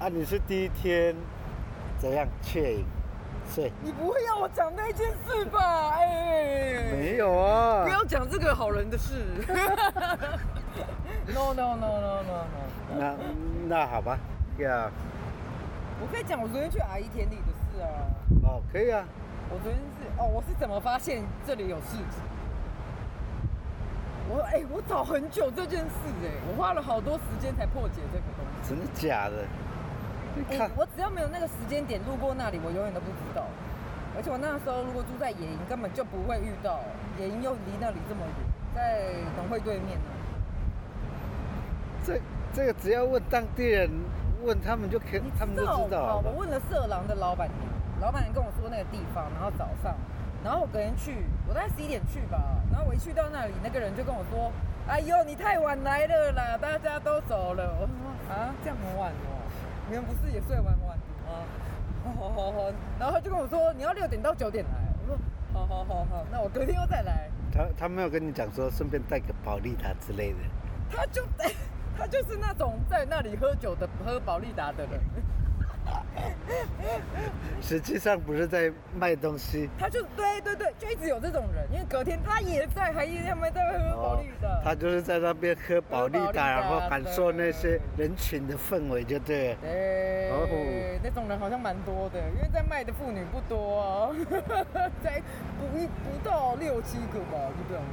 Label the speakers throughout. Speaker 1: 啊，你是第一天怎样确饮睡？
Speaker 2: 你不会要我讲那件事吧？哎、
Speaker 1: 没有啊
Speaker 2: 不，要讲这个好人的事。no no no no no no，
Speaker 1: 那那好吧，呀，
Speaker 2: 我可以讲我昨天去阿姨田里的事啊。
Speaker 1: 哦，可以啊，
Speaker 2: 我昨天是哦，我是怎么发现这里有事情？我哎、我找很久这件事哎、我花了好多时间才破解这个东西。
Speaker 1: 真的假的？你
Speaker 2: 哎、
Speaker 1: 看，
Speaker 2: 我只要没有那个时间点路过那里，我永远都不知道。而且我那时候如果住在野营，根本就不会遇到。野营又离那里这么远，在农会对面呢、啊
Speaker 1: 这这个只要问当地人，问他们就可以
Speaker 2: 你，
Speaker 1: 哎他们就知道
Speaker 2: 好
Speaker 1: 好吧
Speaker 2: 我问了色狼的老板娘，老板娘跟我说那个地方，然后早上，然后我隔天去，我大概十一点去吧，然后我一去到那里，那个人就跟我说：“哎呦，你太晚来了啦，大家都走了。”我说：“啊，这样很晚哦，你们不是也睡晚晚的吗？”好好好好，然后他就跟我说：“你要六点到九点来。”我说：“好好好好，那我隔天又再来。”
Speaker 1: 他他没有跟你讲说顺便带个保利达之类的，
Speaker 2: 他就 他就是那种在那里喝酒的喝宝利达的人。
Speaker 1: 实际上不是在卖东西。
Speaker 2: 他就对对对，就一直有这种人，因为隔天他也在，还一他们在喝保利的。
Speaker 1: 哦他就是在那边喝保利
Speaker 2: 喝保利
Speaker 1: 达，
Speaker 2: 达
Speaker 1: 然后感受那些
Speaker 2: 对
Speaker 1: 人群的氛围，就对了。
Speaker 2: 对、
Speaker 1: 哦
Speaker 2: 那种人好像蛮多的，因为在卖的妇女不多哦， 在不一不到六七个吧，就这样。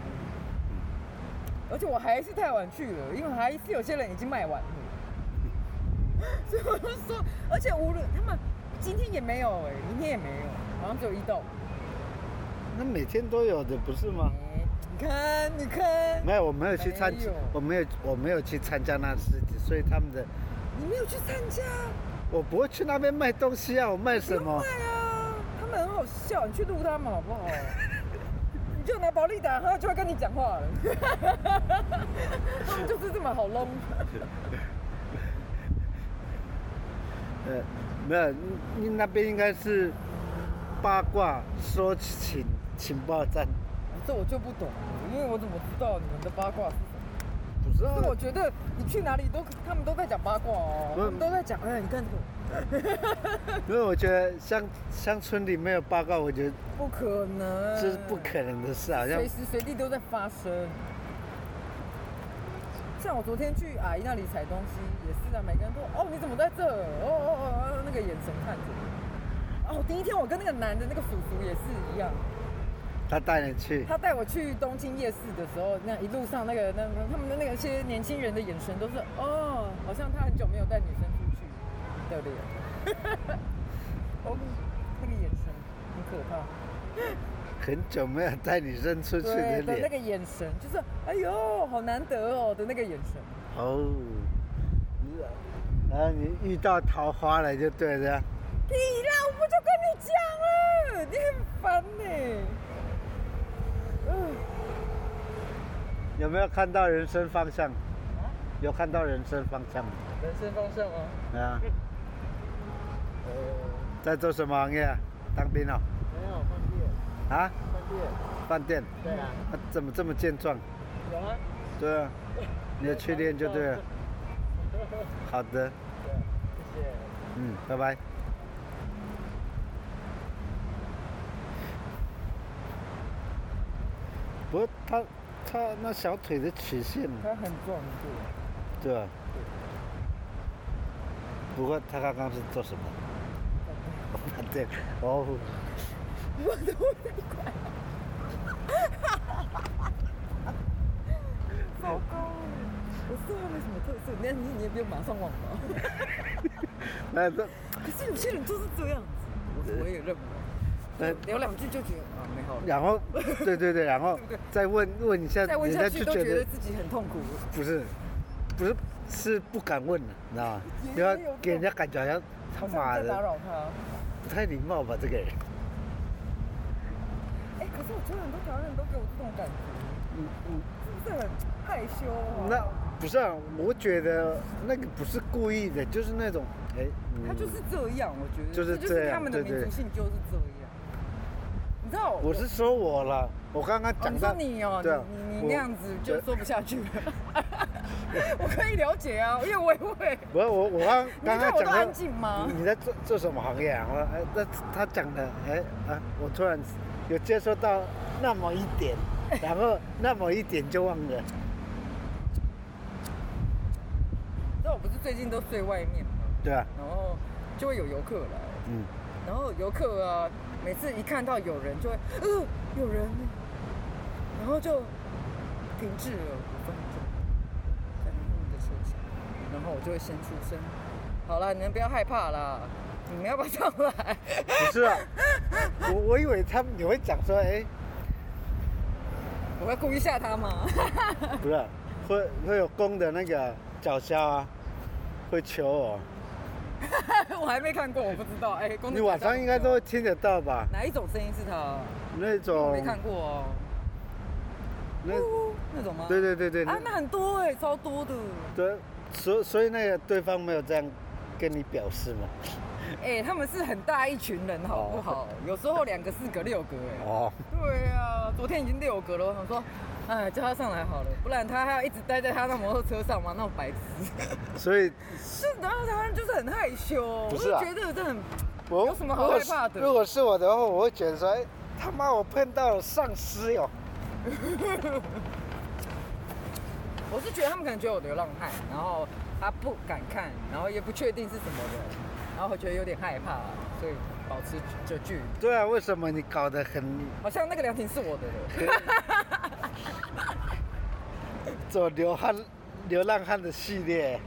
Speaker 2: 而且我还是太晚去了，因为还是有些人已经卖完了， 所以我就说，而且无论他们今天也没有哎、明天也没有，好像只有一到五。
Speaker 1: 那每天都有的，不是吗？
Speaker 2: 哎你看，你看，
Speaker 1: 没有，我没有去参
Speaker 2: 没有，
Speaker 1: 我没有，我没有去参加那事情，所以他们的，
Speaker 2: 你没有去参加。
Speaker 1: 我不会去那边卖东西啊，我卖什么？
Speaker 2: 对啊，他们很好笑，你去录他们 好不好？你就拿保利达，他就会跟你讲话了。他们就是这么好弄。
Speaker 1: 呃，没有，你那边应该是八卦说情情报站，
Speaker 2: 这我就不懂了，因为我怎么知道你们的八卦是什么？
Speaker 1: 不是、啊
Speaker 2: 可是？我觉得你去哪里都，他们都在讲八卦哦，
Speaker 1: 不
Speaker 2: 他
Speaker 1: 是
Speaker 2: 们都在讲，哎，你看这个。
Speaker 1: 因为我觉得乡乡村里没有八卦，我觉得
Speaker 2: 不可能，
Speaker 1: 这是不可能的事，好像
Speaker 2: 随时随地都在发生。像我昨天去阿姨那里采东西也是啊，每个人都哦你怎么在这？哦哦哦哦，那个眼神看着我。哦，第一天我跟那个男的那个叔叔也是一样，
Speaker 1: 他带你去，
Speaker 2: 他带我去东京夜市的时候，那一路上那个那个他们的那个些年轻人的眼神都是哦，好像他很久没有带女生出去的脸。 哦，那个眼神很可怕。
Speaker 1: 很久没有带女生出去的
Speaker 2: 对的那
Speaker 1: 脸，
Speaker 2: 个眼神，就是哎呦，好难得哦的那个眼神。
Speaker 1: 哦，你然后你遇到桃花了就对了啊，
Speaker 2: 屁啦，我不就跟你讲了，你很烦呢、嗯，
Speaker 1: 有没有看到人生方向？有看到人生方向吗？
Speaker 2: 人生方向吗？
Speaker 1: 啊，
Speaker 2: 呃，
Speaker 1: 在做什么行业啊？当兵哦？
Speaker 2: 没有饭店，
Speaker 1: 啊，
Speaker 2: 饭店，
Speaker 1: 饭店？
Speaker 2: 对啊，
Speaker 1: 啊、怎么这么健壮？
Speaker 2: 有啊，
Speaker 1: 对啊，你有去练就对了。好的，
Speaker 2: 对，谢谢。
Speaker 1: 嗯，拜拜。不过他他那小腿的曲线，啊
Speaker 2: 他很壮硕，
Speaker 1: 对吧、不过他刚刚是做什么？ 饭店哦，
Speaker 2: 我都在管。糟糕，我知道没什么特色，那你你也不用马上忘了。
Speaker 1: 那这
Speaker 2: 可是有些人就是这样子，我我也认不。
Speaker 1: 那
Speaker 2: 聊两句就觉得啊没好了，
Speaker 1: 然后对对对，然后再问问一下，
Speaker 2: 再问
Speaker 1: 人
Speaker 2: 下
Speaker 1: 家
Speaker 2: 去
Speaker 1: 就
Speaker 2: 都觉
Speaker 1: 觉
Speaker 2: 得
Speaker 1: 得
Speaker 2: 自己很痛苦。
Speaker 1: 不是不是是不敢问了，你知道吗？
Speaker 2: 也
Speaker 1: 不要
Speaker 2: 也有这种
Speaker 1: 给人家感觉好像他
Speaker 2: 好
Speaker 1: 妈
Speaker 2: 像在打
Speaker 1: 的
Speaker 2: 扰他。
Speaker 1: 不太礼貌吧这个人。
Speaker 2: 哎，可是我觉得很多台湾人都给我这种感觉，
Speaker 1: 嗯嗯，
Speaker 2: 是不是很害羞啊？
Speaker 1: 那不是啊，我觉得那个不是故意的，就是那种哎，嗯
Speaker 2: 他就是这样，我觉得
Speaker 1: 就是
Speaker 2: 这就
Speaker 1: 这
Speaker 2: 是
Speaker 1: 样
Speaker 2: 他们的
Speaker 1: 对对
Speaker 2: 民族性就是这样。你知道
Speaker 1: 嗯我是说我啦，我刚刚
Speaker 2: 哦
Speaker 1: 讲
Speaker 2: 你
Speaker 1: 到
Speaker 2: 说，你哦，
Speaker 1: 对啊
Speaker 2: 你你你
Speaker 1: 我
Speaker 2: 那样子就
Speaker 1: 对
Speaker 2: 说不下去了。 我可以了解啊，因为我也会。
Speaker 1: 不是我我刚
Speaker 2: 你
Speaker 1: 刚
Speaker 2: 看
Speaker 1: 刚
Speaker 2: 我都
Speaker 1: 讲
Speaker 2: 安
Speaker 1: 到嗯
Speaker 2: 静吗？
Speaker 1: 你在做做什么行业啊？我哎，那他讲的哎啊，我突然有接收到那么一点，然后那么一点就忘了。
Speaker 2: 那我不是最近都睡外面吗？
Speaker 1: 对啊，
Speaker 2: 然后就会有游客来，
Speaker 1: 嗯，
Speaker 2: 然后游客啊，每次一看到有人就会，呃，有人，然后就停滞了五分钟，在默默的休息，然后我就会先出声，好啦，你们不要害怕啦，你们要不要上来？
Speaker 1: 不是啊，我我以为他们你会讲说，哎，
Speaker 2: 我会故意吓他吗？
Speaker 1: 不是啊、会会有公的那个脚销啊，会求我。
Speaker 2: 我还没看过，我不知道。哎、公主
Speaker 1: 你晚上应该都会听得到吧？
Speaker 2: 哪一种声音是他？
Speaker 1: 那
Speaker 2: 我
Speaker 1: 种
Speaker 2: 没看过哦。
Speaker 1: 那
Speaker 2: 呜那种吗？
Speaker 1: 对对对对，
Speaker 2: 啊，那很多哎、超多的。
Speaker 1: 对，所所以那个对方没有这样跟你表示嘛？
Speaker 2: 哎、他们是很大一群人，好不好？有时候两个、四个、六个哎、
Speaker 1: 哦，
Speaker 2: 对啊，昨天已经六个了，我想说，哎，叫他上来好了，不然他还要一直待在他那摩托车上嘛，那种白痴。
Speaker 1: 所以
Speaker 2: 是，然后他们就是很害羞，
Speaker 1: 不是啊
Speaker 2: 我就觉得这很
Speaker 1: 我
Speaker 2: 有什么好
Speaker 1: 如果
Speaker 2: 害怕的
Speaker 1: 是如果是我的话，我会觉得说，哎，他妈我碰到了丧尸哟！
Speaker 2: 我是觉得他们可能觉得我流浪汉，然后他不敢看，然后也不确定是什么人，然后我觉得有点害怕，所以保持着距离。
Speaker 1: 对啊，为什么你搞得很
Speaker 2: 好像那个凉亭是我的了，
Speaker 1: 走流汗流浪汉的系列？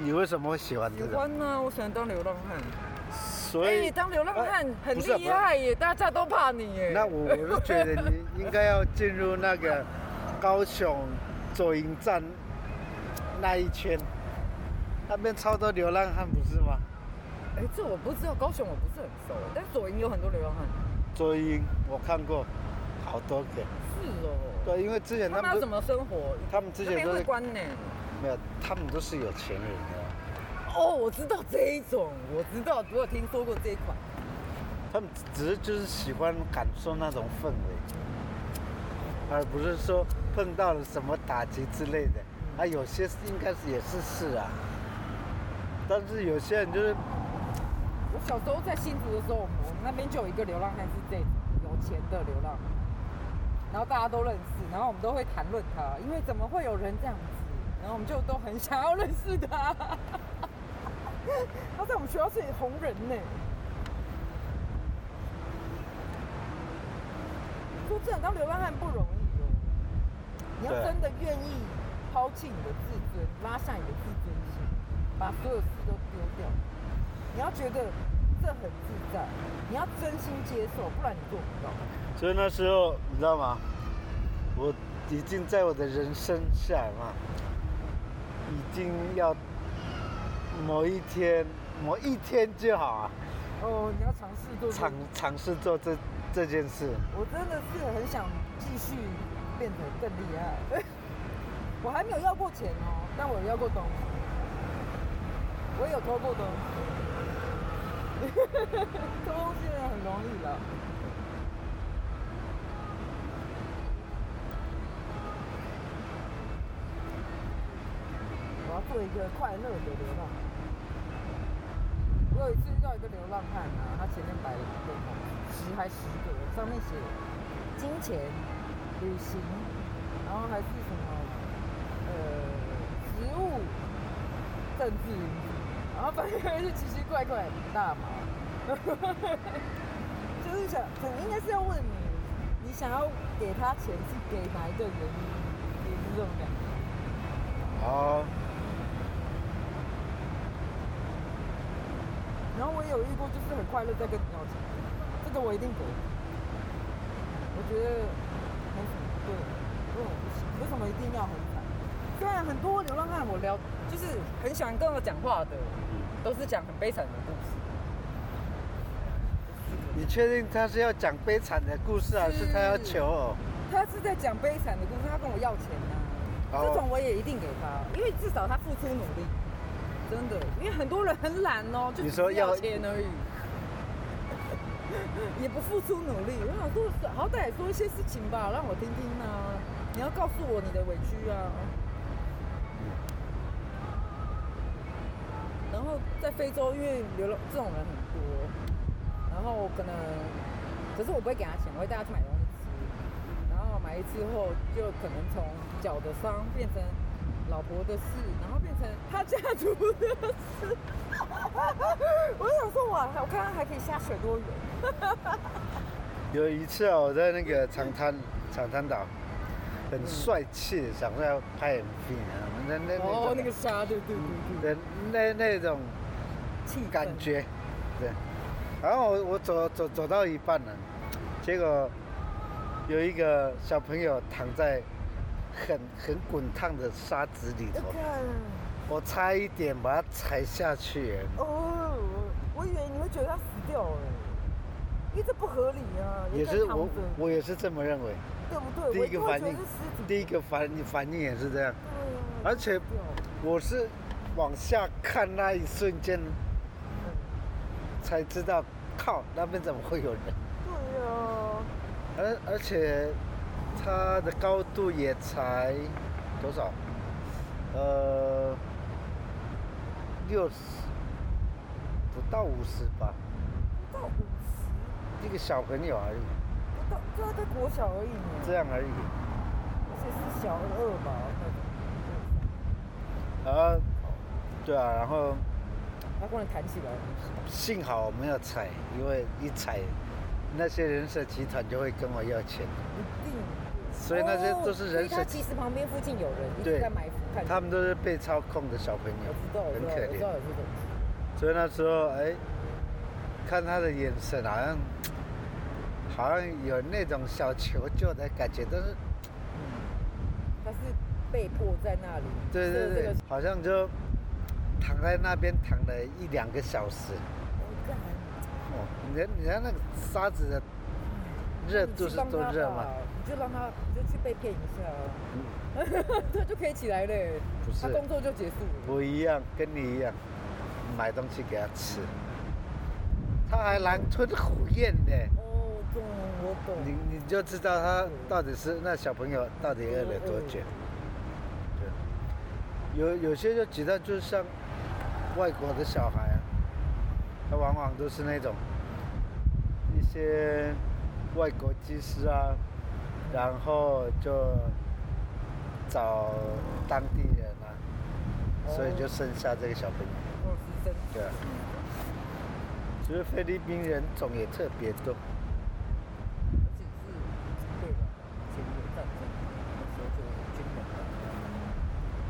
Speaker 1: 你为什么会喜欢
Speaker 2: 喜
Speaker 1: 这个？
Speaker 2: 欢啊，我喜欢当流浪汉。
Speaker 1: 所
Speaker 2: 哎、
Speaker 1: 以，
Speaker 2: 当流浪汉
Speaker 1: 哎
Speaker 2: 很
Speaker 1: 不是啊
Speaker 2: 厉害耶，大家都怕你耶。哎
Speaker 1: 那我我是觉得你应该要进入那个高雄左营站那一圈，那边超多流浪汉不是吗？
Speaker 2: 哎、这我不知道，高雄我不是很熟，但左营有很多流浪汉。
Speaker 1: 左营我看过好多个，
Speaker 2: 是哦，
Speaker 1: 对，因为之前
Speaker 2: 他
Speaker 1: 他们
Speaker 2: 们要怎
Speaker 1: 都
Speaker 2: 么生活？
Speaker 1: 他们之
Speaker 2: 那
Speaker 1: 前
Speaker 2: 边
Speaker 1: 都
Speaker 2: 会
Speaker 1: 是
Speaker 2: 关呢。
Speaker 1: 没有，他们都是有钱人的，
Speaker 2: 哦，我知道这一种，我知道，我有听说过这一款。
Speaker 1: 他们只是就是喜欢感受那种氛围，而不是说碰到了什么打击之类的。啊，有些是应该是也是是啊，但是有些人就是
Speaker 2: 我小时候在新竹的时候，我们我们那边就有一个流浪汉是这种有钱的流浪汉，然后大家都认识，然后我们都会谈论他，因为怎么会有人这样子？然后我们就都很想要认识他。 他在我们学校是红人呢。说真的，当流浪汉不容易哦，你要
Speaker 1: 对
Speaker 2: 真的愿意抛弃你的自尊，拉下你的自尊心，把所有事都丢掉。你要觉得这很自在，你要真心接受，不然你做不到。
Speaker 1: 所以那时候你知道吗？我已经在我的人生下嘛，已经要某一天，某一天就好啊，
Speaker 2: 哦，你要尝试做
Speaker 1: 尝尝试做这这件事。
Speaker 2: 我真的是很想继续变得更厉害。 我还没有要过钱哦，但我有要过东西，我也有偷过东西。 偷东西很容易了。我要做一个快乐的流浪汉。我有一次遇到一个流浪汉啊，他前面摆了一个红十还十个，上面写金钱、旅行，然后还是什么呃食物、政治，然后反正就是奇奇怪怪的大麻， 就是想可能应该是要问你，你想要给他钱是给哪一个原因，也是这种感觉。
Speaker 1: 哦，
Speaker 2: 然后我也有遇过，就是很快乐在跟你要钱，这个我一定给。我觉得没什么对，为什么不行？为什么一定要很惨？虽然很多流浪汉我聊，就是很喜欢跟我讲话的，都是讲很悲惨的故事。
Speaker 1: 你确定他是要讲悲惨的故事，啊还是他要求偶？
Speaker 2: 他是在讲悲惨的故事，他跟我要钱啊，
Speaker 1: 哦
Speaker 2: 这种我也一定给他，因为至少他付出努力，真的，因为很多人很懒哦，就
Speaker 1: 你
Speaker 2: 只
Speaker 1: 说
Speaker 2: 是
Speaker 1: 要
Speaker 2: 要钱而已。 也不付出努力。我想说，好歹说一些事情吧，让我听听啊。你要告诉我你的委屈啊。然后在非洲，因为流浪这种人很多，然后可能，可是我不会给他钱，我会带他去买东西吃。然后买一次后，就可能从脚的伤变成老婆的事，然后变成他家族的事。我想说哇，我看他还可以下水多远？
Speaker 1: 有一次啊，我在那个长滩长滩岛，很帅气，想要拍 MV 啊，那那
Speaker 2: 哦，那
Speaker 1: 那
Speaker 2: 个
Speaker 1: 种
Speaker 2: 沙，对对对对，
Speaker 1: 那那那种
Speaker 2: 气氛
Speaker 1: 感觉，对。然后我我走走走到一半了，结果有一个小朋友躺在很很滚烫的沙子里头，
Speaker 2: 看
Speaker 1: 我差一点把他踩下去。
Speaker 2: 哦，我以为你会觉得他死掉了，因为这不合理啊，
Speaker 1: 也
Speaker 2: 人家
Speaker 1: 是
Speaker 2: 躺
Speaker 1: 我
Speaker 2: 着
Speaker 1: 我也是这么认为，
Speaker 2: 对不对？
Speaker 1: 第一个
Speaker 2: 我
Speaker 1: 反
Speaker 2: 就会
Speaker 1: 应
Speaker 2: 觉得是尸体，
Speaker 1: 第一个反反应也是这样。
Speaker 2: 对啊
Speaker 1: 而且
Speaker 2: 死掉了
Speaker 1: 我是往下看那一瞬间才知道，靠，那边怎么会有人？
Speaker 2: 对啊，
Speaker 1: 而而且它的高度也才多少？呃，六十不到五十吧，
Speaker 2: 不到五十，
Speaker 1: 一个小朋友而已，
Speaker 2: 不到，就要在国小而已
Speaker 1: 这
Speaker 2: 嘛，
Speaker 1: 样而已。
Speaker 2: 而且是小二吧，那种，
Speaker 1: 然后，啊对啊，然后
Speaker 2: 他忽然弹起来了，
Speaker 1: 幸好我没有踩，因为一踩，那些人蛇集团就会跟我要钱。
Speaker 2: 一定。
Speaker 1: 所以那些
Speaker 2: 哦
Speaker 1: 都是人
Speaker 2: 所
Speaker 1: 蛇，
Speaker 2: 以他其实旁边附近有人一直
Speaker 1: 对
Speaker 2: 在埋伏看着
Speaker 1: 他们都是被操控的小朋
Speaker 2: 我
Speaker 1: 友
Speaker 2: 知道，我知
Speaker 1: 很
Speaker 2: 道，
Speaker 1: 可
Speaker 2: 我知道
Speaker 1: 怜。
Speaker 2: 有这种事。
Speaker 1: 所以那时候，哎，看他的眼神，好像好像有那种小求救的感觉，但是
Speaker 2: 他是被迫在那里，
Speaker 1: 对
Speaker 2: 所以
Speaker 1: 对
Speaker 2: 这
Speaker 1: 对
Speaker 2: 个，
Speaker 1: 好像就躺在那边躺了一两个小时。
Speaker 2: 我干
Speaker 1: 哦，你看你看那个沙子的热度是
Speaker 2: 你去
Speaker 1: 多
Speaker 2: 帮他
Speaker 1: 热
Speaker 2: 吧
Speaker 1: 嘛？
Speaker 2: 你就让他，你就去被骗一下啊，他就可以起来嘞，
Speaker 1: 不
Speaker 2: 他
Speaker 1: 是
Speaker 2: 工作就结束了。
Speaker 1: 我一样，跟你一样，买东西给他吃，他还狼吞虎咽的。
Speaker 2: 哦，懂，我
Speaker 1: 你
Speaker 2: 懂。
Speaker 1: 你就知道他到底是那小朋友到底饿了多久。对，有有些就挤到就像外国的小孩啊，他往往都是那种一些外国技师啊，然后就找当地人啊，所以就生下这个小朋友。
Speaker 2: 我是真
Speaker 1: 对啊，其实菲律宾人种也特别多。
Speaker 2: 而且是对吧？前面战争那时候就有军人嘛，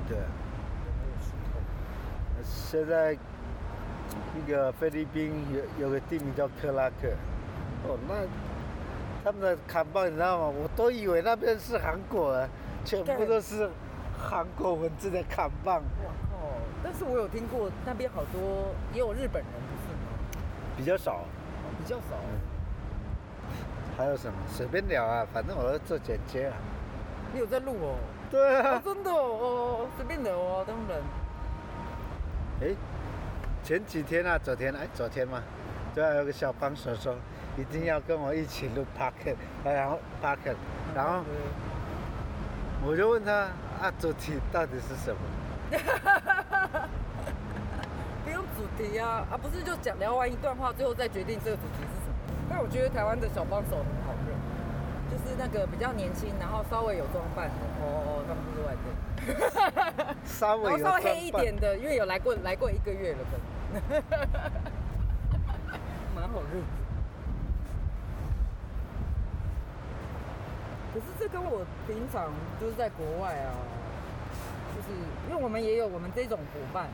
Speaker 1: 对啊、
Speaker 2: 有石头，
Speaker 1: 呃现在那个菲律宾有有个地名叫克拉克，哦，那他们的扛棒你知道吗？我都以为那边是韩国啊，全部
Speaker 2: 对
Speaker 1: 都是韩国文字的扛棒，
Speaker 2: 哇靠！但是我有听过那边好多也有日本人，不是吗？
Speaker 1: 比较少。
Speaker 2: 哦比较少。
Speaker 1: 还有什么？随便聊啊，反正我要做剪接啊。
Speaker 2: 你有在录哦？
Speaker 1: 对
Speaker 2: 哦
Speaker 1: 啊，
Speaker 2: 真的哦，哦随便的哦，当然。
Speaker 1: 诶，哎前几天啊，昨天哎，昨天嘛，对啊，有个小帮手说一定要跟我一起录 p a r k 然后 p a r k 然后我就问他啊，主题到底是什么？
Speaker 2: 不用主题啊，啊不是就讲聊完一段话，最后再决定这个主题是什么。但我觉得台湾的小帮手很好认，就是那个比较年轻，然后稍微有装扮的，哦哦，他们都是外地。
Speaker 1: 稍微
Speaker 2: 然后
Speaker 1: 有
Speaker 2: 稍
Speaker 1: 装
Speaker 2: 微黑一
Speaker 1: 扮
Speaker 2: 点的，因为有来过来过一个月了，可 能蛮好日子。可是这跟我平常就是在国外啊，就是因为我们也有我们这种伙 伴，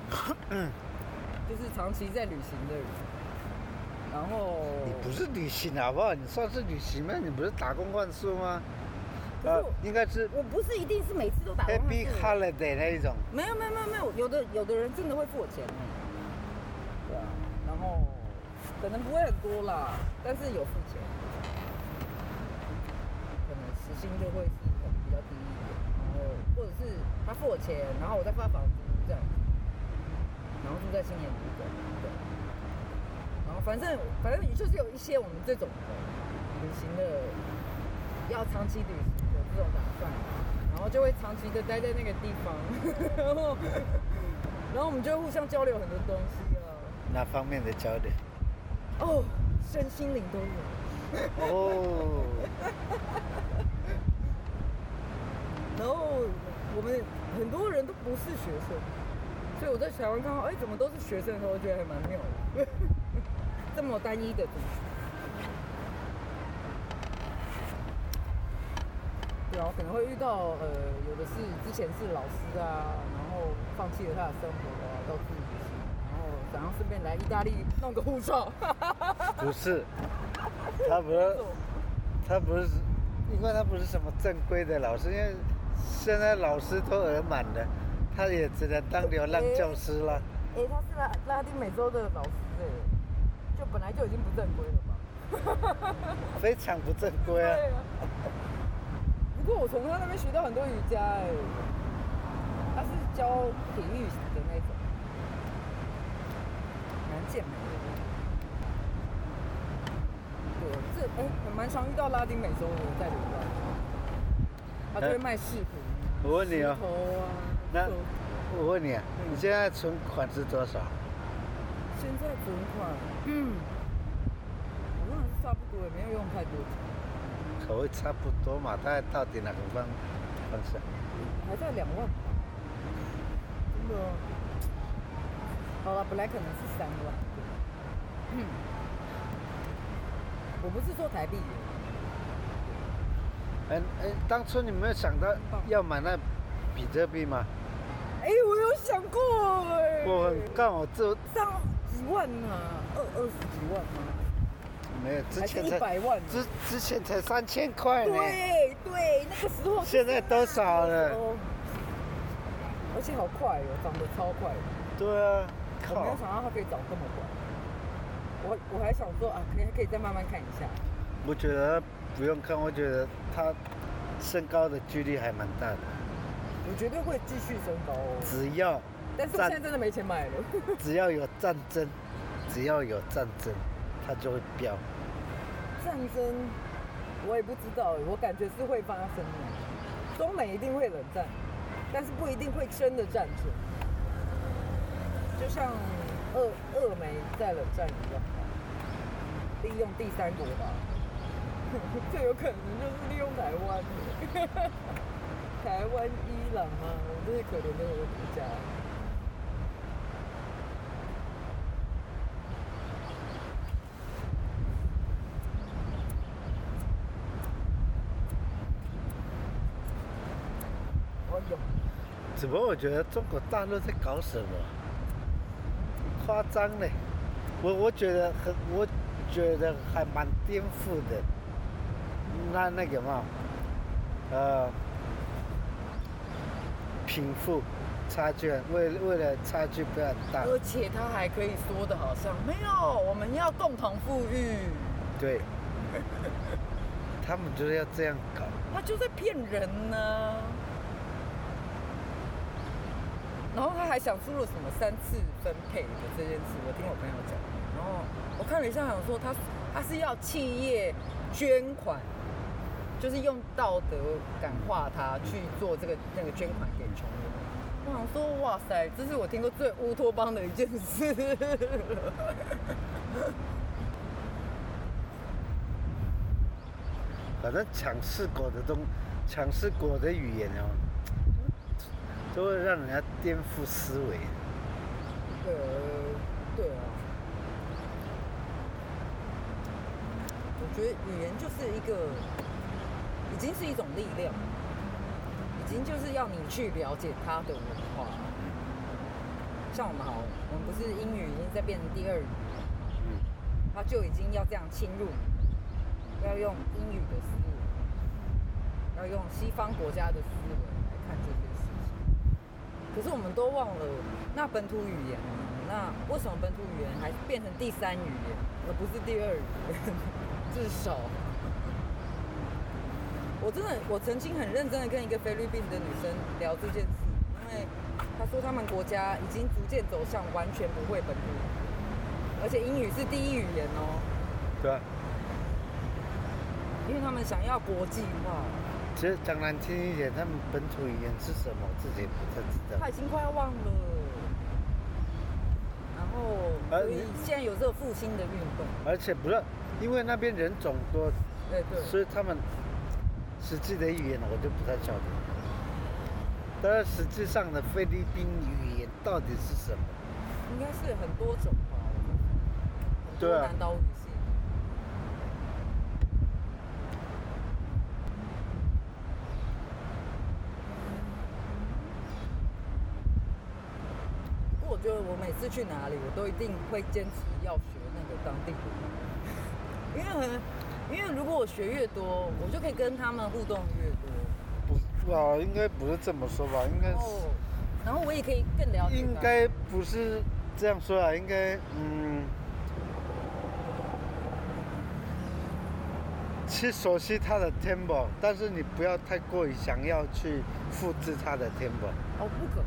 Speaker 2: 就是长期在旅行的人，然后
Speaker 1: 你不是旅行好不好？你算是旅行吗？你不是打工换宿吗？
Speaker 2: 可是
Speaker 1: 呃
Speaker 2: 我，
Speaker 1: 应该是
Speaker 2: 我不是一定是每次都打工换
Speaker 1: Happy
Speaker 2: 宿
Speaker 1: Holiday 那一种。
Speaker 2: 没有没有没有没有，有的有的人真的会付我钱呢。对啊，然后可能不会很多啦，但是有付钱，可能时薪就会是可能比较低一点，然后或者是他付我钱，然后我再发房租这样，然后住在青年旅馆，对，然后反正反正就是有一些我们这种旅行的要长期旅行的这种打算，然后就会长期的待在那个地方，然后然后我们就会互相交流很多东西啊，
Speaker 1: 哪方面的焦点？
Speaker 2: 哦，身心灵都有，
Speaker 1: 哦，
Speaker 2: 然后我们很多人都不是学生，所以我在台湾看到哎怎么都是学生的时候，我觉得还蛮妙的， 这么单一的族群。对啊，我可能会遇到呃，有的是之前是老师啊，然后放弃了他的生活啊，到自己旅行，然后然后顺便来意大利弄个护照，
Speaker 1: 不是，他不是，他不是，因为他不是什么正规的老师，因为现在老师都额满了，他也只能当流浪教师了。
Speaker 2: 哎、他是拉拉丁美洲的老师哎、就本来就已经不正规了吧？
Speaker 1: 非常不正规啊！
Speaker 2: 啊。不过我从他那边学到很多瑜伽哎、他是教体育的那种，蛮健美的。对，这哎、我蛮常遇到拉丁美洲的在流浪，他就会卖饰品、
Speaker 1: 我问你
Speaker 2: 石
Speaker 1: 哦，
Speaker 2: 头啊。
Speaker 1: 那
Speaker 2: 手
Speaker 1: 我问你啊，
Speaker 2: 嗯
Speaker 1: 你现在存款是多少？
Speaker 2: 现在存款，嗯，好像是差不多，也没有用太多钱，
Speaker 1: 口味差不多嘛，他到底哪个方方向？
Speaker 2: 还在两万吧，真的哦。好了，本来可能是三万。嗯，我不是说台币，
Speaker 1: 哎哎，当初你没有想到要买那比特币吗？
Speaker 2: 哎、我有想过哎、
Speaker 1: 我很刚好就
Speaker 2: 上几万嘛、二二十几万嘛、
Speaker 1: 没有，之
Speaker 2: 还是
Speaker 1: 前
Speaker 2: 一
Speaker 1: 才
Speaker 2: 百万啊？
Speaker 1: 之之前才三千块呢，
Speaker 2: 对对，那个时候
Speaker 1: 现在多少了？
Speaker 2: 哦，而且好快哦，涨得超快的。
Speaker 1: 对啊，
Speaker 2: 我没有
Speaker 1: 靠，
Speaker 2: 想到它可以长这么快。我我还想说啊，可以可以再慢慢看一下。
Speaker 1: 我觉得不用看，我觉得他身高的距离还蛮大的，
Speaker 2: 我绝对会继续升高哦。
Speaker 1: 只要
Speaker 2: 但是我现在真的没钱买了。
Speaker 1: 只要有战争，只要有战争，它就会飙。
Speaker 2: 战争，我也不知道哎，我感觉是会发生的。中美一定会冷战，但是不一定会真的战争。就像俄俄美在冷战一样，利用第三国吧。 最有可能就是利用台湾， 台湾、伊朗啊，我们这些可怜的国家。我有。
Speaker 1: 只不过我觉得中国大陆在搞什么，夸张嘞！我我觉得很，我觉得还蛮颠覆的。那那个嘛，呃，贫富差距，啊为为了差距不要很大，
Speaker 2: 而且他还可以说的好像没有，我们要共同富裕，
Speaker 1: 对， 他们就是要这样搞。
Speaker 2: 他就在骗人呢、然后他还想出了什么三次分配的这件事，我听我朋友讲。然后我看了一下，想说他他是要企业捐款，就是用道德感化他去做这个那个捐款给穷人。我想说，哇塞，这是我听过最乌托邦的一件事。
Speaker 1: 反正强势国的东，强势国的语言哦，都会让人家颠覆思维。
Speaker 2: 呃，对啊，我觉得语言就是一个，已经是一种力量，已经就是要你去了解它的文化。像我们好，我们不是英语已经在变成第二语，
Speaker 1: 嗯，
Speaker 2: 它就已经要这样侵入你，要用英语的思维，要用西方国家的思维来看这些事情。可是我们都忘了，那本土语言呢？那为什么本土语言还变成第三语言，而不是第二语言？至少，我真的，我曾经很认真的跟一个菲律宾的女生聊这件事，因为她说他们国家已经逐渐走向完全不会本土语言，而而且英语是第一语言哦，
Speaker 1: 对啊吧？
Speaker 2: 因为他们想要国际化，
Speaker 1: 其实讲难听一点，他们本土语言是什么，自己也不太知道
Speaker 2: 他。已经快要忘了。然后，
Speaker 1: 呃
Speaker 2: 所以
Speaker 1: 你
Speaker 2: 现在有这个复兴的运动，
Speaker 1: 而且不是，因为那边人种多，
Speaker 2: 对对，
Speaker 1: 所以他们实际的语言我就不太晓得。当然，实际上的菲律宾语言到底是什么？
Speaker 2: 应该是很多种吧，很多
Speaker 1: 对啊
Speaker 2: 南岛语系。不过我觉得我每次去哪里，我都一定会坚持要学那个当地的语言，因为很，因为如果我学越多，我就可以跟他们互动越多，
Speaker 1: 不，啊，应该不是这么说吧？应该
Speaker 2: 然后
Speaker 1: 是，
Speaker 2: 然后我也可以更了解他们。哦
Speaker 1: 应该不是这样说啊，应该嗯，去熟悉它的 tempo，但是你不要太过于想要去复制它的 tempo，
Speaker 2: 哦，不可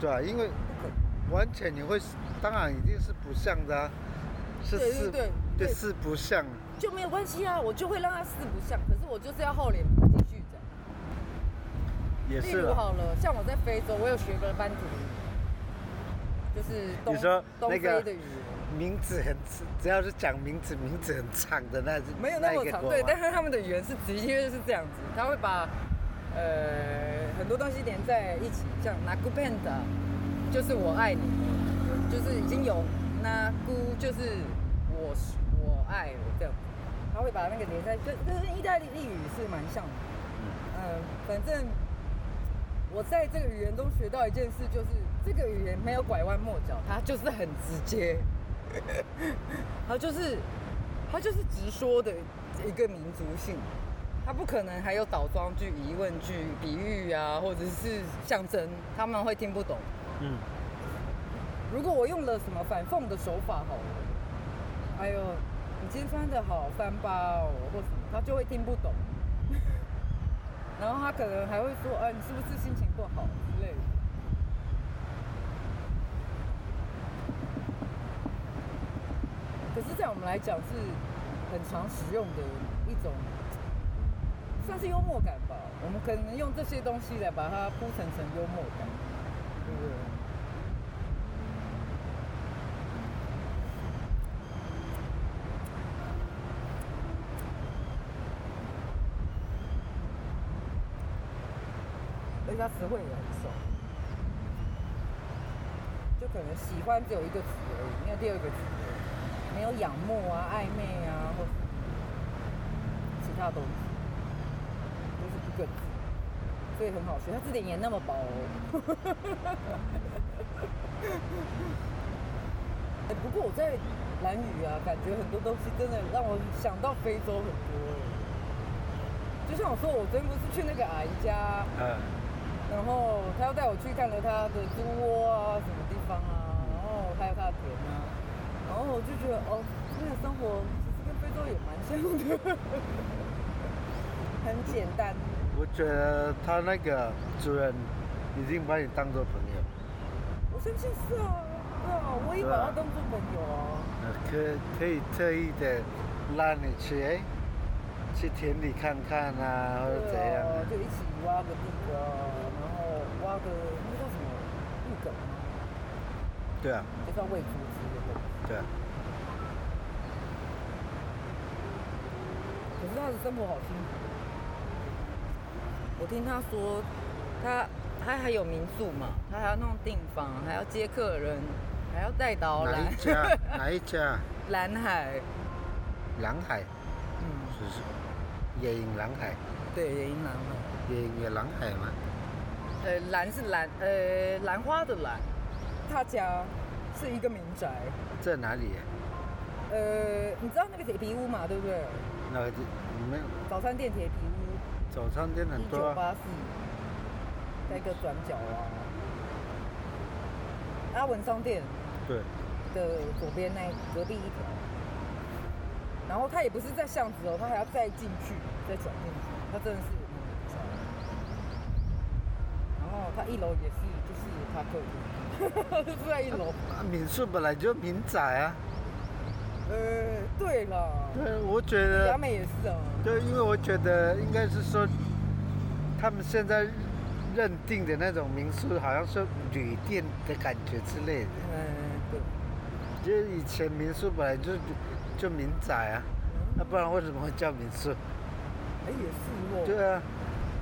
Speaker 1: 对吧、因为
Speaker 2: 不可。
Speaker 1: 完全你会，当然一定是不像的、啊，是
Speaker 2: 对对
Speaker 1: 四
Speaker 2: 对对
Speaker 1: 四不像，
Speaker 2: 就没有关系啊，我就会让他四不像，可是我就是要厚脸皮继续讲。
Speaker 1: 也
Speaker 2: 例
Speaker 1: 是啊
Speaker 2: 如
Speaker 1: 了。
Speaker 2: 好了，像我在非洲，我有学个班图语，就是东
Speaker 1: 你说那
Speaker 2: 东非
Speaker 1: 个
Speaker 2: 的语言，
Speaker 1: 名字很，只要是讲名字，名字很长的那
Speaker 2: 没有那
Speaker 1: 一
Speaker 2: 么
Speaker 1: 个
Speaker 2: 长，
Speaker 1: 国
Speaker 2: 对，
Speaker 1: 嘛
Speaker 2: 但是他们的语言是直接就是这样子，他会把呃很多东西连在一起，像 nakupenda 就是我爱你，就是已经有 naku 就是我是我爱我这样子，他会把那个连在，跟跟意大利语是蛮像的。呃，反正我在这个语言中学到一件事，就是这个语言没有拐弯抹角，它就是很直接，它就是它就是直说的一个民族性，它不可能还有倒装句、疑问句、比喻啊，或者是象征，他们会听不懂。
Speaker 1: 嗯，
Speaker 2: 如果我用了什么反讽的手法好了，哎呦，你今天穿的好三八哦，或什么，他就会听不懂。 然后他可能还会说，哎、你是不是心情不好之类的。可是，在我们来讲是很常使用的一种，算是幽默感吧。我们可能用这些东西来把它铺陈成幽默感，对不对？而且它词汇也很少，就可能喜欢只有一个词而已，没有第二个词，没有仰慕啊、暧昧啊，或是其他东西，就是一个字，所以很好学。它字典也那么薄哦。 哎、不过我在蓝屿啊，感觉很多东西真的让我想到非洲很多哎。就像我说，我昨天不是去那个阿姨家
Speaker 1: 呃，
Speaker 2: 然后他又带我去看了他的猪窝啊，什么地方啊，然后还有他的田啊，然后我就觉得哦，那个生活其实跟非洲也蛮像的， 很简单。
Speaker 1: 我觉得他那个主人已经把你当做朋友，
Speaker 2: 我相信是啊，对啊，我也把他当做朋友啊。
Speaker 1: 呃，可可以特意的拉你去，哎，去田里看看啊，或者怎
Speaker 2: 对
Speaker 1: 样、
Speaker 2: 啊
Speaker 1: 啊，
Speaker 2: 就一起挖个地啊，然后挖个那叫什么玉梗，
Speaker 1: 对啊，
Speaker 2: 就是要喂猪吃的东西。
Speaker 1: 对啊，
Speaker 2: 可是他的生活好辛苦。我听他说，他他还有民宿嘛，他还要弄订房，还要接客人，还要带导
Speaker 1: 哪
Speaker 2: 览
Speaker 1: 一。 家？哪一家？
Speaker 2: 蓝海，
Speaker 1: 蓝海，
Speaker 2: 嗯，
Speaker 1: 是是，野营蓝海，
Speaker 2: 对，也银蓝海。
Speaker 1: 野营的蓝海嘛，
Speaker 2: 呃，蓝是蓝，呃，兰花的兰。他家是一个民宅，
Speaker 1: 在哪里、啊？
Speaker 2: 呃，你知道那个铁皮屋嘛，对不对？
Speaker 1: 那个地你们
Speaker 2: 早餐店铁皮屋，
Speaker 1: 早餐店很
Speaker 2: 一
Speaker 1: 多、
Speaker 2: 九
Speaker 1: 啊，
Speaker 2: 八四，在一个转角啊。阿文商店。
Speaker 1: 对，
Speaker 2: 的左边那隔壁一条，然后它也不是在巷子哦，它还要再进去，再转进去，它真的是很窄然后它一楼也是，就是他客厅，住在一楼，
Speaker 1: 啊民宿本来就民宅啊，
Speaker 2: 呃，对了，
Speaker 1: 对，我觉得
Speaker 2: 雅美也是哦。
Speaker 1: 对，因为我觉得应该是说，他们现在认定的那种民宿，好像是旅店的感觉之类的。
Speaker 2: 嗯，对。
Speaker 1: 就是以前民宿本来就就民宅啊，那不然为什么会叫民宿？
Speaker 2: 哎，也是哦。
Speaker 1: 对啊，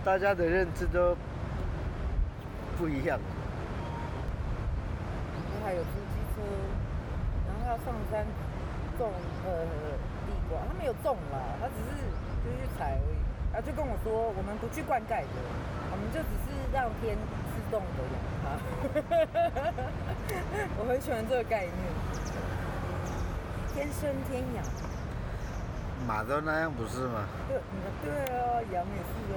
Speaker 1: 大家的认知都不一样。
Speaker 2: 后还有租机车，然后要上山种呃地瓜，他没有种啦，他只是就是去采而已。然后就跟我说，我们不去灌溉的，我们就只是让天自动的养它。 我很喜欢这个概念，天生天养。
Speaker 1: 马都那样不是吗？
Speaker 2: 对，嗯对啊，羊也是啊，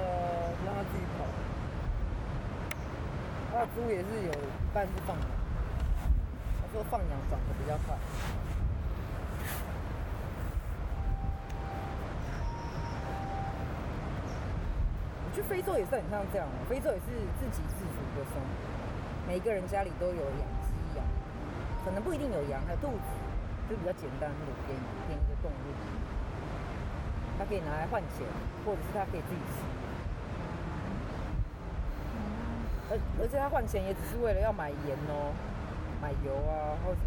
Speaker 2: 让它自己跑。那猪也是有一半是放养，他说放养长得比较快。我去非洲也是很像这样，啊非洲也是自给自足的生活，每一个人家里都有养鸡养，可能不一定有羊，还有兔子，就比较简单的便宜便宜的动物。它可以拿来换钱，或者是它可以自己吃。而而且它换钱也只是为了要买盐哦，买油啊，或者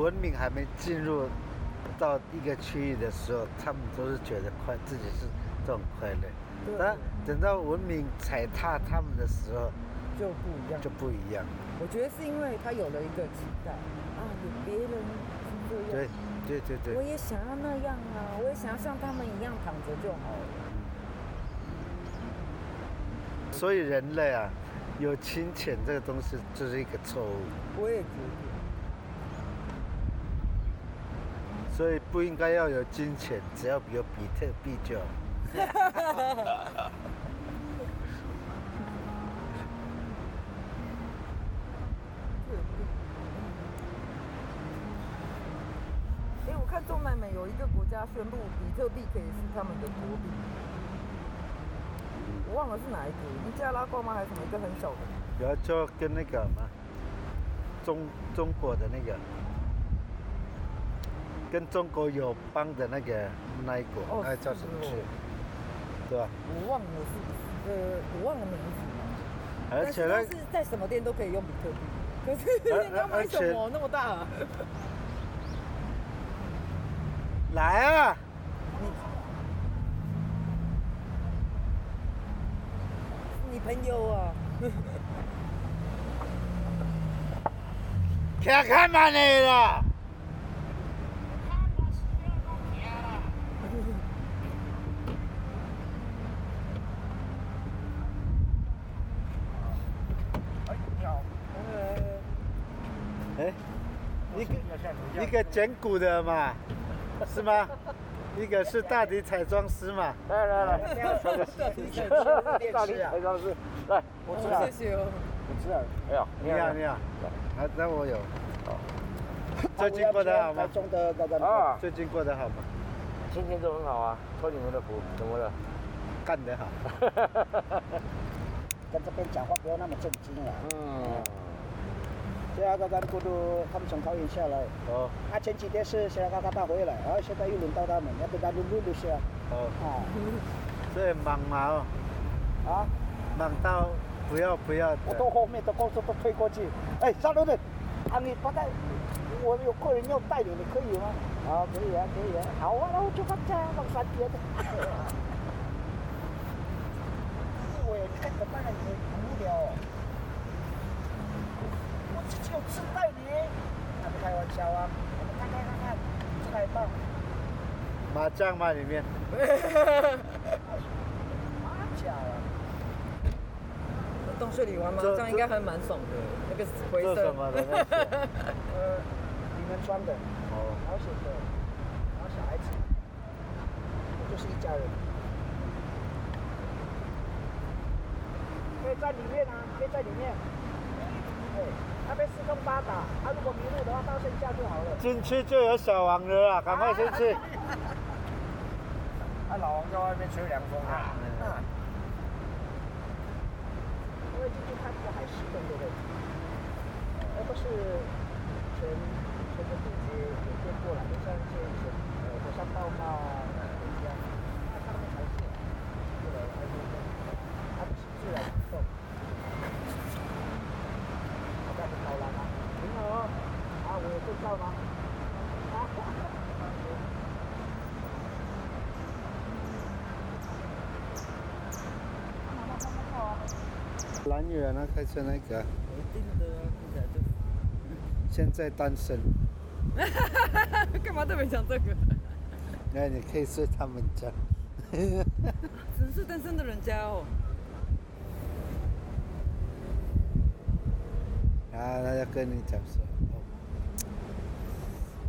Speaker 1: 文明还没进入到一个区域的时候，他们都是觉得快自己是这种快乐
Speaker 2: 对。
Speaker 1: 但等到文明踩踏他们的时候，
Speaker 2: 就不一样
Speaker 1: 就。不一样。
Speaker 2: 我觉得是因为他有了一个期待啊，有别人是这
Speaker 1: 对
Speaker 2: 样，，
Speaker 1: 对对对
Speaker 2: 我。也想要那样啊，我也想要像他们一样躺着就好了。
Speaker 1: 所以人类啊，有金钱这个东西就是一个错误，
Speaker 2: 我也觉得，
Speaker 1: 所以不应该要有金钱，只要有比特币就好。
Speaker 2: 哎、我看中南美有一个国家宣布比特币可以是他们的国币，我忘了是哪一个，尼加拉瓜吗？还是什么一个很小的？
Speaker 1: 然后就跟那个嘛，中中国的那个，跟中国友邦的那个那一国，
Speaker 2: 哦
Speaker 1: 那叫什么
Speaker 2: 是
Speaker 1: 去
Speaker 2: 哦？
Speaker 1: 对吧？
Speaker 2: 我忘了是不是呃，我忘了名字了。
Speaker 1: 而且呢
Speaker 2: 但是，它是在什么店都可以用比特币，可是你要买什么那么大、啊？
Speaker 1: 来啊！
Speaker 2: 你朋友啊，
Speaker 1: 看看嘛你啦！
Speaker 3: 哎，你好，
Speaker 2: 呃，
Speaker 1: 哎，一个
Speaker 3: 要下手
Speaker 1: 一个捡骨的嘛，是吗？一个是大地彩妆师嘛。
Speaker 3: 来来来，
Speaker 2: 到底在
Speaker 3: 大力
Speaker 2: 吃？
Speaker 3: 台上是，来，我吃了
Speaker 2: 谢，谢哦。
Speaker 3: 我吃
Speaker 4: 啊
Speaker 3: 了，哎呀，
Speaker 1: 你好，你好。啊，那我有。 最近过得好吗？
Speaker 4: 啊中的那个
Speaker 3: 啊，
Speaker 1: 最近过得好吗？
Speaker 3: 今天都很好啊，托你们的福，怎么了？
Speaker 1: 干 得好。
Speaker 4: 跟这边讲话不要那么震惊啊。
Speaker 3: 嗯，
Speaker 4: 现在刚刚过渡，他们从桃园下来，
Speaker 1: 哦
Speaker 4: 啊，前几天是现在刚刚带回来，然后现在又轮到他们，要不然陆陆陆续啊，
Speaker 1: 哦，
Speaker 4: 啊
Speaker 1: 所以忙嘛哦，
Speaker 4: 啊，
Speaker 1: 忙到不要不要
Speaker 4: 我
Speaker 1: 的。
Speaker 4: 到后面的高速都推过去，哎，上路的，啊，你不带，我有客人要带你，你可以吗？啊，可以啊，可以啊，好啊，那我就放假，放三天的。 我也看着办，你无聊、哦。我自己有自带你，他们开玩笑啊，我们看看看看，这还棒。
Speaker 1: 麻将嘛里面，
Speaker 4: 麻将啊，
Speaker 2: 洞穴里玩麻
Speaker 1: 这
Speaker 2: 将应该还蛮爽的，那个回
Speaker 1: 做什
Speaker 2: 声。
Speaker 1: 么的那是？
Speaker 4: 呃，你们穿的，
Speaker 1: 哦，
Speaker 4: 保险的，然后小孩子，我就是一家人。可以在里面啊，可以在里面。对，那边四通八达，他、如果迷路的话，到剩下就好了。
Speaker 1: 进去就有小王了啦，赶快进去。
Speaker 4: 啊
Speaker 3: 啊，老王在外面吹凉风啊，
Speaker 4: 因为进去看这个海狮，对不对？而不是全全那个地接有些过来，就像一些一些呃火山爆发啊，一样，那他们还是过来，还是他们是自然移动。我带你到了吗？你好。啊，我有护照吗？啊，
Speaker 1: 男女啊，那开车那个，
Speaker 4: 一定的啊，现在
Speaker 1: 现
Speaker 4: 就
Speaker 1: 在单身，
Speaker 2: 干嘛特别讲这个？
Speaker 1: 那你可以睡他们家。
Speaker 2: 只是单身的人家哦。
Speaker 1: 然后他就啊跟你讲说，哦、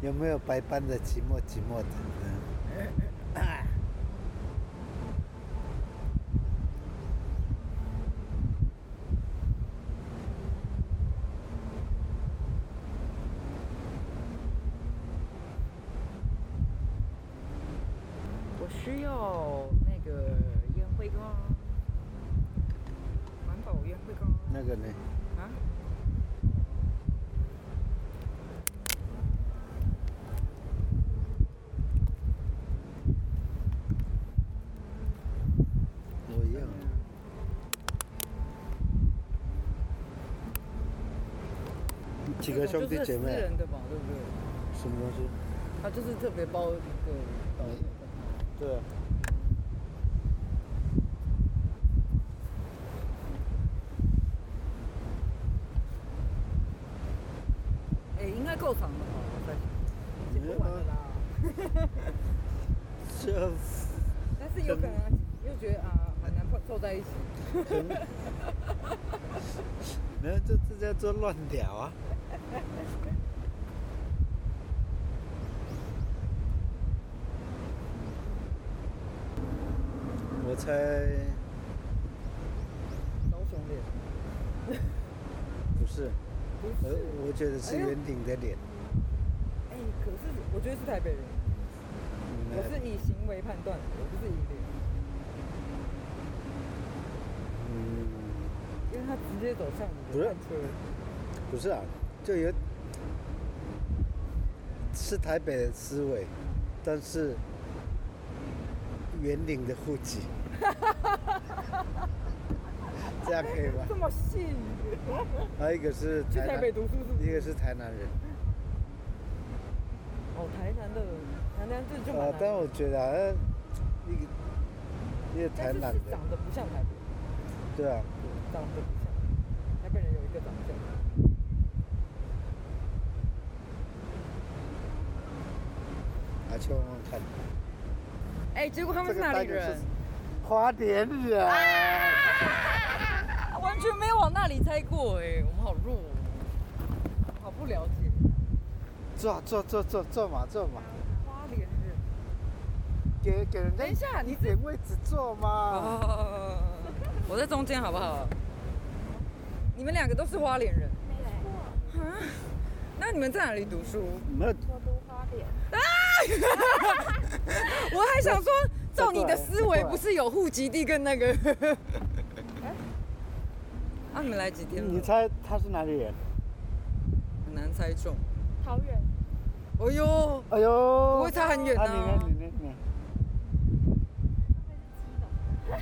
Speaker 1: 有没有白班的寂寞寂寞的？
Speaker 2: 我需要那个烟灰缸，环保烟灰缸
Speaker 1: 那个呢？
Speaker 2: 啊。
Speaker 1: 我啊要。几个兄弟姐妹
Speaker 2: 这种就是私
Speaker 1: 啊？
Speaker 2: 人的吧，对不对？
Speaker 1: 什么东西？
Speaker 2: 他就是特别包一个导演的。
Speaker 1: 对啊。
Speaker 2: 哎、应该够长的吧？我在想
Speaker 1: 没有啊，这
Speaker 2: 但是有可能又觉得啊，很难凑凑在一起。
Speaker 1: 没有，这这叫做乱聊啊。 我猜
Speaker 2: 高雄脸，
Speaker 1: 不是，
Speaker 2: 不
Speaker 1: 我
Speaker 2: 是。
Speaker 1: 呃我觉得是
Speaker 2: 哎呦
Speaker 1: 圆顶的脸。
Speaker 2: 哎、可是我觉得是台北人，
Speaker 1: 嗯
Speaker 2: 我是以行为判断的，我不是以脸，
Speaker 1: 嗯，
Speaker 2: 因为他直接走向你
Speaker 1: 不是
Speaker 2: 的看车。
Speaker 1: 不是啊，就有是台北的思维，但是圆顶的户籍，这样可以吧？
Speaker 2: 这么细，
Speaker 1: 还啊有一个是
Speaker 2: 去
Speaker 1: 台
Speaker 2: 台
Speaker 1: 南
Speaker 2: 北读书是不
Speaker 1: 一
Speaker 2: 是？
Speaker 1: 个是台南人，
Speaker 2: 哦，台南的，台南这就蛮
Speaker 1: 呃
Speaker 2: 难，
Speaker 1: 但
Speaker 2: 的，
Speaker 1: 我觉得好像一个一个台
Speaker 2: 但是
Speaker 1: 南
Speaker 2: 是
Speaker 1: 的，
Speaker 2: 长得不像台北人，
Speaker 1: 对啊，
Speaker 2: 长得不像台北人有一个长相。
Speaker 1: 拿去问问看。
Speaker 2: 哎、结果他们
Speaker 1: 这
Speaker 2: 是
Speaker 1: 个
Speaker 2: 哪
Speaker 1: 单
Speaker 2: 里
Speaker 1: 元
Speaker 2: 人
Speaker 1: 是？花莲人，
Speaker 2: 啊完全没有往那里猜过哎、我们好弱、哦，好不了解。
Speaker 1: 坐坐坐坐坐嘛坐嘛，
Speaker 2: 花莲人，
Speaker 1: 给给人家
Speaker 2: 等一下，你
Speaker 1: 一
Speaker 2: 这
Speaker 1: 点位置坐嘛。
Speaker 2: 哦，我在中间好不好？你们两个都是花莲人，啊？那你们在哪里读书？
Speaker 1: 没有
Speaker 5: 我读花莲，
Speaker 2: 我还想说，照你的思维，不是有户籍地跟那个？ 啊，你们来几天了？
Speaker 1: 你猜他是哪里人？
Speaker 2: 很难猜中。
Speaker 5: 桃园，
Speaker 2: 哎呦，
Speaker 1: 哎呦，
Speaker 2: 不会差很远
Speaker 1: 啊！你
Speaker 2: 啊
Speaker 1: 呢？你呢？你呢？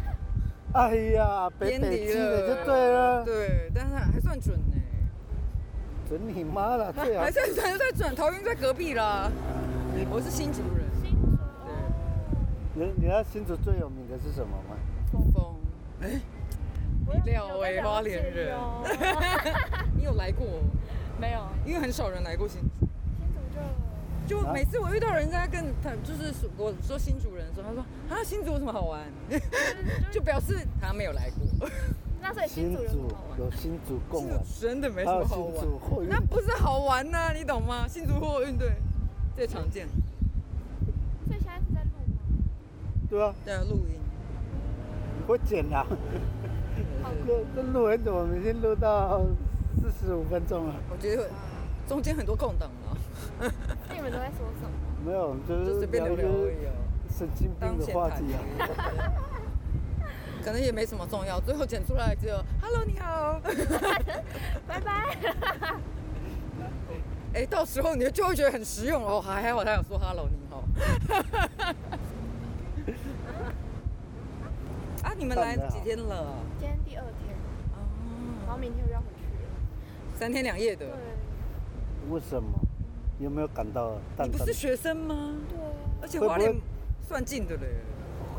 Speaker 1: 哎呀，北
Speaker 2: 偏
Speaker 1: 北
Speaker 2: 离
Speaker 1: 基
Speaker 2: 了，
Speaker 1: 的就对了，
Speaker 2: 对，但是还算准呢、
Speaker 1: 准你妈了， 最好
Speaker 2: 还算还算准，桃园在隔壁啦。我是新竹人，
Speaker 5: 新竹，
Speaker 1: 你你知道新竹最有名的是什么吗？
Speaker 2: 对，风。哎
Speaker 5: 我
Speaker 2: 你料
Speaker 5: 有
Speaker 2: 哎、
Speaker 5: 有在了解
Speaker 2: 花莲人
Speaker 5: 哟
Speaker 2: 你有来过？
Speaker 5: 没有，
Speaker 2: 因为很少人来过新竹。
Speaker 5: 新竹就
Speaker 2: 就
Speaker 1: 啊
Speaker 2: 每次我遇到人家跟他就是说我说新竹人的时候，他说啊新竹有什么好玩， 就表示他没有来过。
Speaker 5: 那所以新
Speaker 1: 新
Speaker 5: 竹有什
Speaker 1: 竹
Speaker 5: 么好玩？
Speaker 1: 有新竹贡
Speaker 2: 哦新
Speaker 1: 丸
Speaker 2: 竹，真的没什
Speaker 1: 还有
Speaker 2: 么好
Speaker 1: 新
Speaker 2: 玩，
Speaker 1: 竹货运
Speaker 2: 那不是好玩呐、你懂吗？新竹货运队最常见
Speaker 5: 所以现在是在录吗？
Speaker 1: 对啊，
Speaker 2: 的录音，
Speaker 1: 我剪了。这这录很久，我们已经录到四十五分钟了。
Speaker 2: 我觉得中间很多空档啊，
Speaker 5: 那你们都在说什么？
Speaker 1: 没有，我们就
Speaker 2: 就是随便
Speaker 1: 聊啊
Speaker 2: 聊
Speaker 1: 一
Speaker 2: 聊而
Speaker 1: 些
Speaker 2: 已哦、
Speaker 1: 神经病
Speaker 2: 当
Speaker 1: 的
Speaker 2: 闲
Speaker 1: 话
Speaker 2: 谈
Speaker 1: 题啊。
Speaker 2: 可能也没什么重要，最后剪出来只有 “hello 你好
Speaker 5: 拜拜。
Speaker 2: 哎，到时候你就会觉得很实用哦。还还好他有说 “hello 你好”。 啊，你们来几天了？
Speaker 5: 今天第二天，然后
Speaker 2: 哦，
Speaker 5: 明天就要回去了。
Speaker 2: 三天两夜的
Speaker 5: 对。，
Speaker 1: 为什么？有没有感到
Speaker 2: 你
Speaker 1: 淡
Speaker 2: 不
Speaker 1: 淡
Speaker 2: 是？学生吗？
Speaker 5: 对，
Speaker 2: 而且
Speaker 1: 会不
Speaker 2: 花莲
Speaker 1: 会
Speaker 2: 算近的嘞。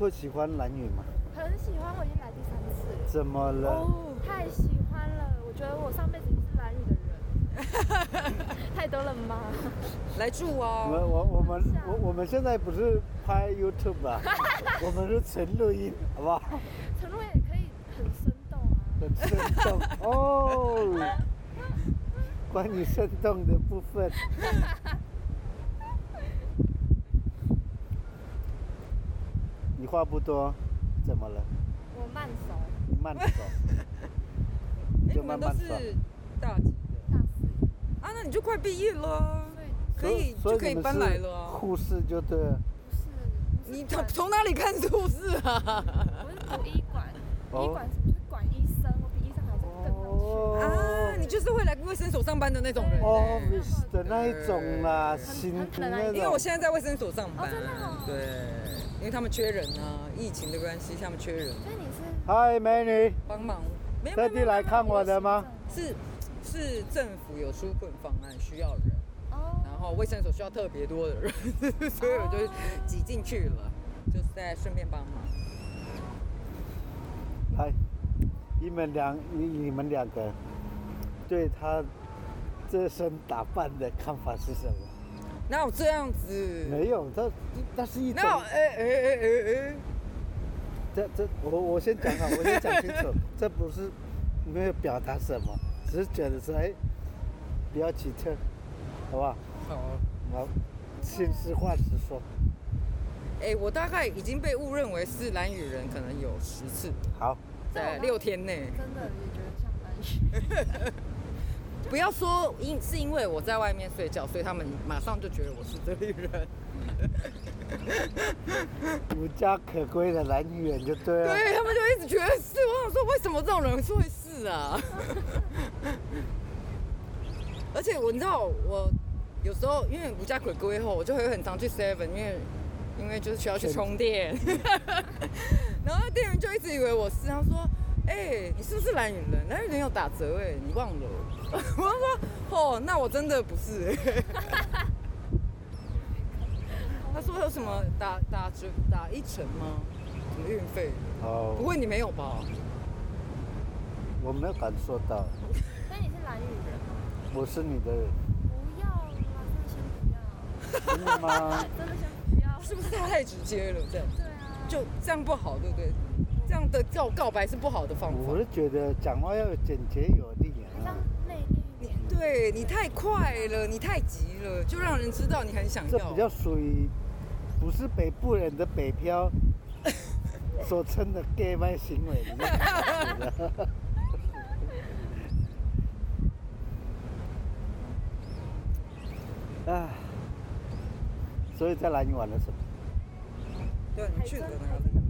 Speaker 1: 会喜欢蓝雨吗？
Speaker 5: 很喜欢，我已经来第三次了。
Speaker 1: 怎么了？
Speaker 2: 哦，
Speaker 5: 太喜欢了，我觉得我上辈子是蓝雨的人，太多了吗？
Speaker 2: 来住
Speaker 1: 我
Speaker 2: 啊！
Speaker 1: 们我我们
Speaker 5: 是啊
Speaker 1: 我我们现在不是拍 YouTube 啊，我们是纯录音，好不好？
Speaker 5: 承诺也可以很生动啊，
Speaker 1: 很生动哦。关于生动的部分，你话不多，怎么了？
Speaker 5: 我慢熟，
Speaker 1: 你慢 走，
Speaker 2: 哎，
Speaker 1: 就
Speaker 2: 你们
Speaker 1: 慢
Speaker 2: 都
Speaker 1: 慢
Speaker 2: 是
Speaker 1: 算
Speaker 2: 大几的
Speaker 5: 大四，
Speaker 2: 啊？那你就快毕业了啊，
Speaker 5: 所以
Speaker 2: 可以
Speaker 1: 所
Speaker 2: 就
Speaker 1: 以
Speaker 2: 可以
Speaker 1: 你们
Speaker 2: 搬
Speaker 1: 是
Speaker 2: 来了啊。
Speaker 1: 护士就对了。
Speaker 5: 不是不
Speaker 2: 你
Speaker 5: 是
Speaker 2: 从
Speaker 5: 管，
Speaker 2: 从哪里看护士啊？
Speaker 5: 我是读医管，
Speaker 1: 哦
Speaker 5: 医管什么就是管医生，我比医生还是更上
Speaker 2: 啊，你就是会来卫生所上班的那种人、欸。
Speaker 1: 哦
Speaker 5: 对
Speaker 1: ，office 的那一种
Speaker 2: 呃
Speaker 1: 啦，新的
Speaker 5: 很很
Speaker 1: 那
Speaker 5: 冷啊
Speaker 1: 种。
Speaker 2: 因为我现在在卫生所上班。
Speaker 5: 哦真的哦
Speaker 2: 对，因为他们缺人啊，疫情的关系，他们缺人
Speaker 5: 去。所以你是
Speaker 1: 嗨，美女，
Speaker 2: 帮忙。没有
Speaker 1: 特
Speaker 2: 没
Speaker 1: 地
Speaker 2: 有
Speaker 1: 来看我的吗？
Speaker 2: 是是政府有纾困方案需要人，
Speaker 5: 哦，
Speaker 2: 然后卫生所需要特别多的人， 所以我就挤进去了，就是在顺便帮忙。
Speaker 1: 来，你们两，你你们两个，对他这身打扮的看法是什么？
Speaker 2: 哪有这样子？
Speaker 1: 没有，他他是一种
Speaker 2: 哪，有？哎哎哎哎哎，
Speaker 1: 这这我我先讲好，我先讲清楚，这不是没有表达什么，只是觉得说，哎，不要起特，好不好？
Speaker 2: 好。
Speaker 1: 好，先实话实说，
Speaker 2: 哎、我大概已经被误认为是蓝雨人，可能有十次，
Speaker 1: 好，
Speaker 2: 在六天内。
Speaker 5: 真的也觉得像蓝雨，
Speaker 2: 不要说因是因为我在外面睡觉，所以他们马上就觉得我是这里人。
Speaker 1: 无家可归的男女人就对啊了。
Speaker 2: 对他啊们就一直觉得是。我想说，为什么这种人会是啊？ 而且我你知道，我有时候因为无家可归后，我就会很常去 Seven，因为因为就是需要去充电。 然后店员就一直以为我是，他说：“哎、你是不是蓝雨人？蓝雨人有打折哎、你忘了？” 我就说：“哦，那我真的不是、 欸。”他说：“有什么打打折打一成吗？什么运费？不
Speaker 1: 哦，
Speaker 2: 会你没有吧？
Speaker 1: 我没有感受到，
Speaker 5: 所以你是蓝雨人，
Speaker 1: 我是你的人，
Speaker 5: 不要啦，真的先不要，
Speaker 1: 真的吗？
Speaker 5: 真的先不要，
Speaker 2: 是不是他太直接了？这样
Speaker 5: 对啊，
Speaker 2: 就这样不好，对不对？这样的告告白是不好的方法
Speaker 1: 我。是觉得讲话要简洁有力
Speaker 5: 好像
Speaker 1: 啊，
Speaker 5: 内敛一点。
Speaker 2: 对你太快了，你太急了，就让人知道你很想
Speaker 1: 这比
Speaker 2: 要
Speaker 1: 较。属于不是北部人的北漂所称的 gay 麦行为。你知 道吗啊，所以在兰屿玩了什么？
Speaker 2: 对，啊你去了哪里？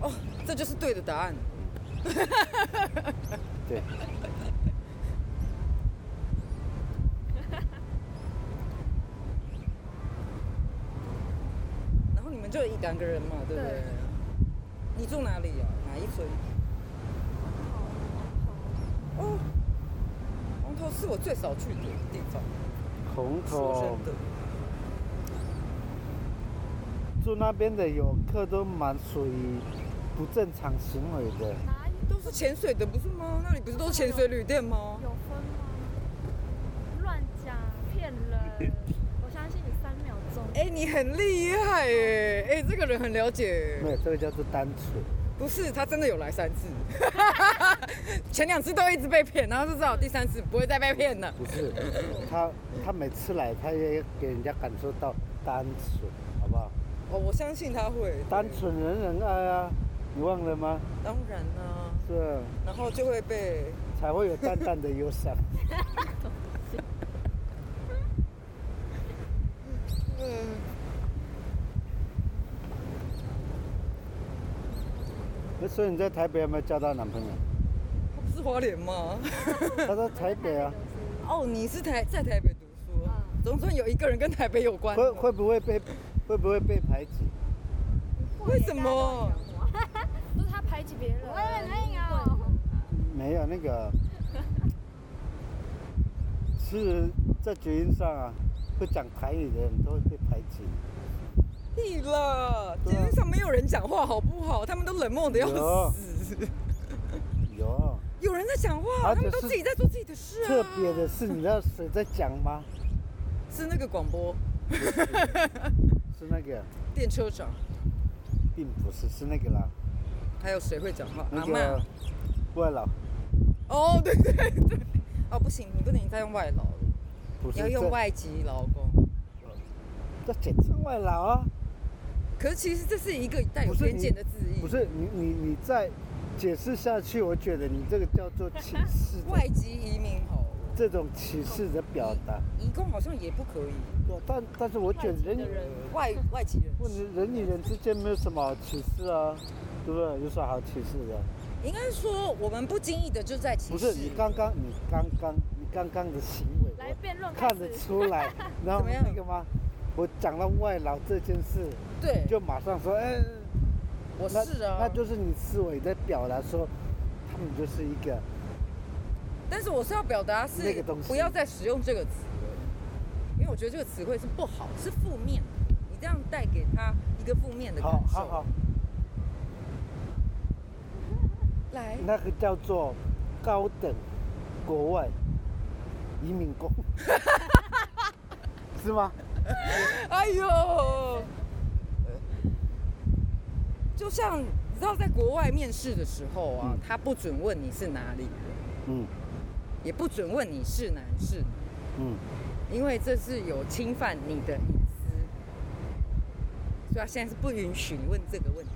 Speaker 2: 哦，这就是对的答案。
Speaker 1: 对，
Speaker 2: 然后你们就一两个人嘛，对不对
Speaker 5: 对？
Speaker 2: 你住哪里啊？哪一村？哦，红头是我最少去的地方。
Speaker 1: 红
Speaker 2: 说
Speaker 1: 头
Speaker 2: 真的，
Speaker 1: 住那边的游客都蛮属于不正常行为的。
Speaker 5: 哪有
Speaker 2: 都是潜水的，不是吗？那里不是都是潜水旅店吗？
Speaker 5: 有分吗？乱讲骗人！我相信你三秒钟。
Speaker 2: 哎、你很厉害耶！哎、这个人很了解
Speaker 1: 没。有，这个叫做单纯。
Speaker 2: 不是，他真的有来三次， 前两次都一直被骗，然后就知道第三次不会再被骗了。
Speaker 1: 不是，他他每次来，他也给人家感受到单纯，好不好？
Speaker 2: 哦，我相信他会
Speaker 1: 单，纯人人爱啊，你忘了吗？
Speaker 2: 对当然啦、
Speaker 1: 是啊，
Speaker 2: 然后就会被
Speaker 1: 才会有淡淡的忧伤。
Speaker 2: 嗯。
Speaker 1: 那所以你在台北有没有交到男朋友？
Speaker 2: 他不是花莲吗？
Speaker 1: 他在台北啊，
Speaker 2: 哦，你是台在台北读书，总算有一个人跟台北有关。
Speaker 1: 嗯会会不会被会不会被排挤？
Speaker 2: 为什么？
Speaker 5: 都是他排挤别人。
Speaker 6: 我也没有。
Speaker 1: 没有那个，是在决音上啊，不讲台语的人都会被排挤。
Speaker 2: 屁了，
Speaker 1: 对
Speaker 2: 街
Speaker 1: 啊
Speaker 2: 上没有人讲话好不好？他们都冷漠的要
Speaker 1: 有
Speaker 2: 死。
Speaker 1: 有，
Speaker 2: 有人在讲话，
Speaker 1: 而
Speaker 2: 他
Speaker 1: 且
Speaker 2: 们都
Speaker 1: 是
Speaker 2: 自己在做自己的事啊。
Speaker 1: 特别的是，你知道谁在讲吗？
Speaker 2: 是那个广播
Speaker 1: 是那个，
Speaker 2: 电车长，
Speaker 1: 并不是，是那个啦，
Speaker 2: 还有谁会讲话？
Speaker 1: 那
Speaker 2: 阿嬷
Speaker 1: 个。外老，
Speaker 2: 哦，对对对。哦，不行，你不能再用外劳了，
Speaker 1: 不
Speaker 2: 你
Speaker 1: 是
Speaker 2: 要用
Speaker 1: 这，
Speaker 2: 外籍劳工。
Speaker 1: 这简称外老啊，
Speaker 2: 可是其实这是一个带有
Speaker 1: 不是
Speaker 2: 偏
Speaker 1: 你
Speaker 2: 见的字义。
Speaker 1: 不是你你你再解释下去，我觉得你这个叫做 歧视的，
Speaker 2: 外籍移民好了，
Speaker 1: 这种歧视的表达。
Speaker 2: 移工好像也不可以，
Speaker 1: 对但但是我觉得人与
Speaker 2: 外外籍人
Speaker 1: 问题人与人之间没有什么好歧视啊，对不对？有啥好歧视的？
Speaker 2: 应该说我们不经意的就在歧视。
Speaker 1: 不是你刚刚你刚刚你刚刚的行为，
Speaker 5: 来
Speaker 1: 我
Speaker 5: 辩论开
Speaker 1: 看得
Speaker 5: 始。
Speaker 1: 出 来，然后
Speaker 2: 怎么样
Speaker 1: 那个吗？我讲到外劳这件事，
Speaker 2: 对，
Speaker 1: 就马上说，哎，
Speaker 2: 我
Speaker 1: 那
Speaker 2: 是啊，
Speaker 1: 那就是你思维在表达说，他们就是一个
Speaker 2: 但是我是要表达是
Speaker 1: 那个东西
Speaker 2: 不要再使用这个词了，因为我觉得这个词汇是不好，是负面的。你这样带给他一个负面的感
Speaker 1: 好
Speaker 2: 受。
Speaker 1: 好好，
Speaker 2: 来，
Speaker 1: 那个叫做高等国外移民 工，是吗？
Speaker 2: 哎呦，就像你知道，在国外面试的时候啊，
Speaker 1: 嗯
Speaker 2: 他不准问你是哪里人，
Speaker 1: 嗯
Speaker 2: 也不准问你是男是女。
Speaker 1: 嗯，
Speaker 2: 因为这是有侵犯你的隐私，所以他现在是不允许你问这个问题。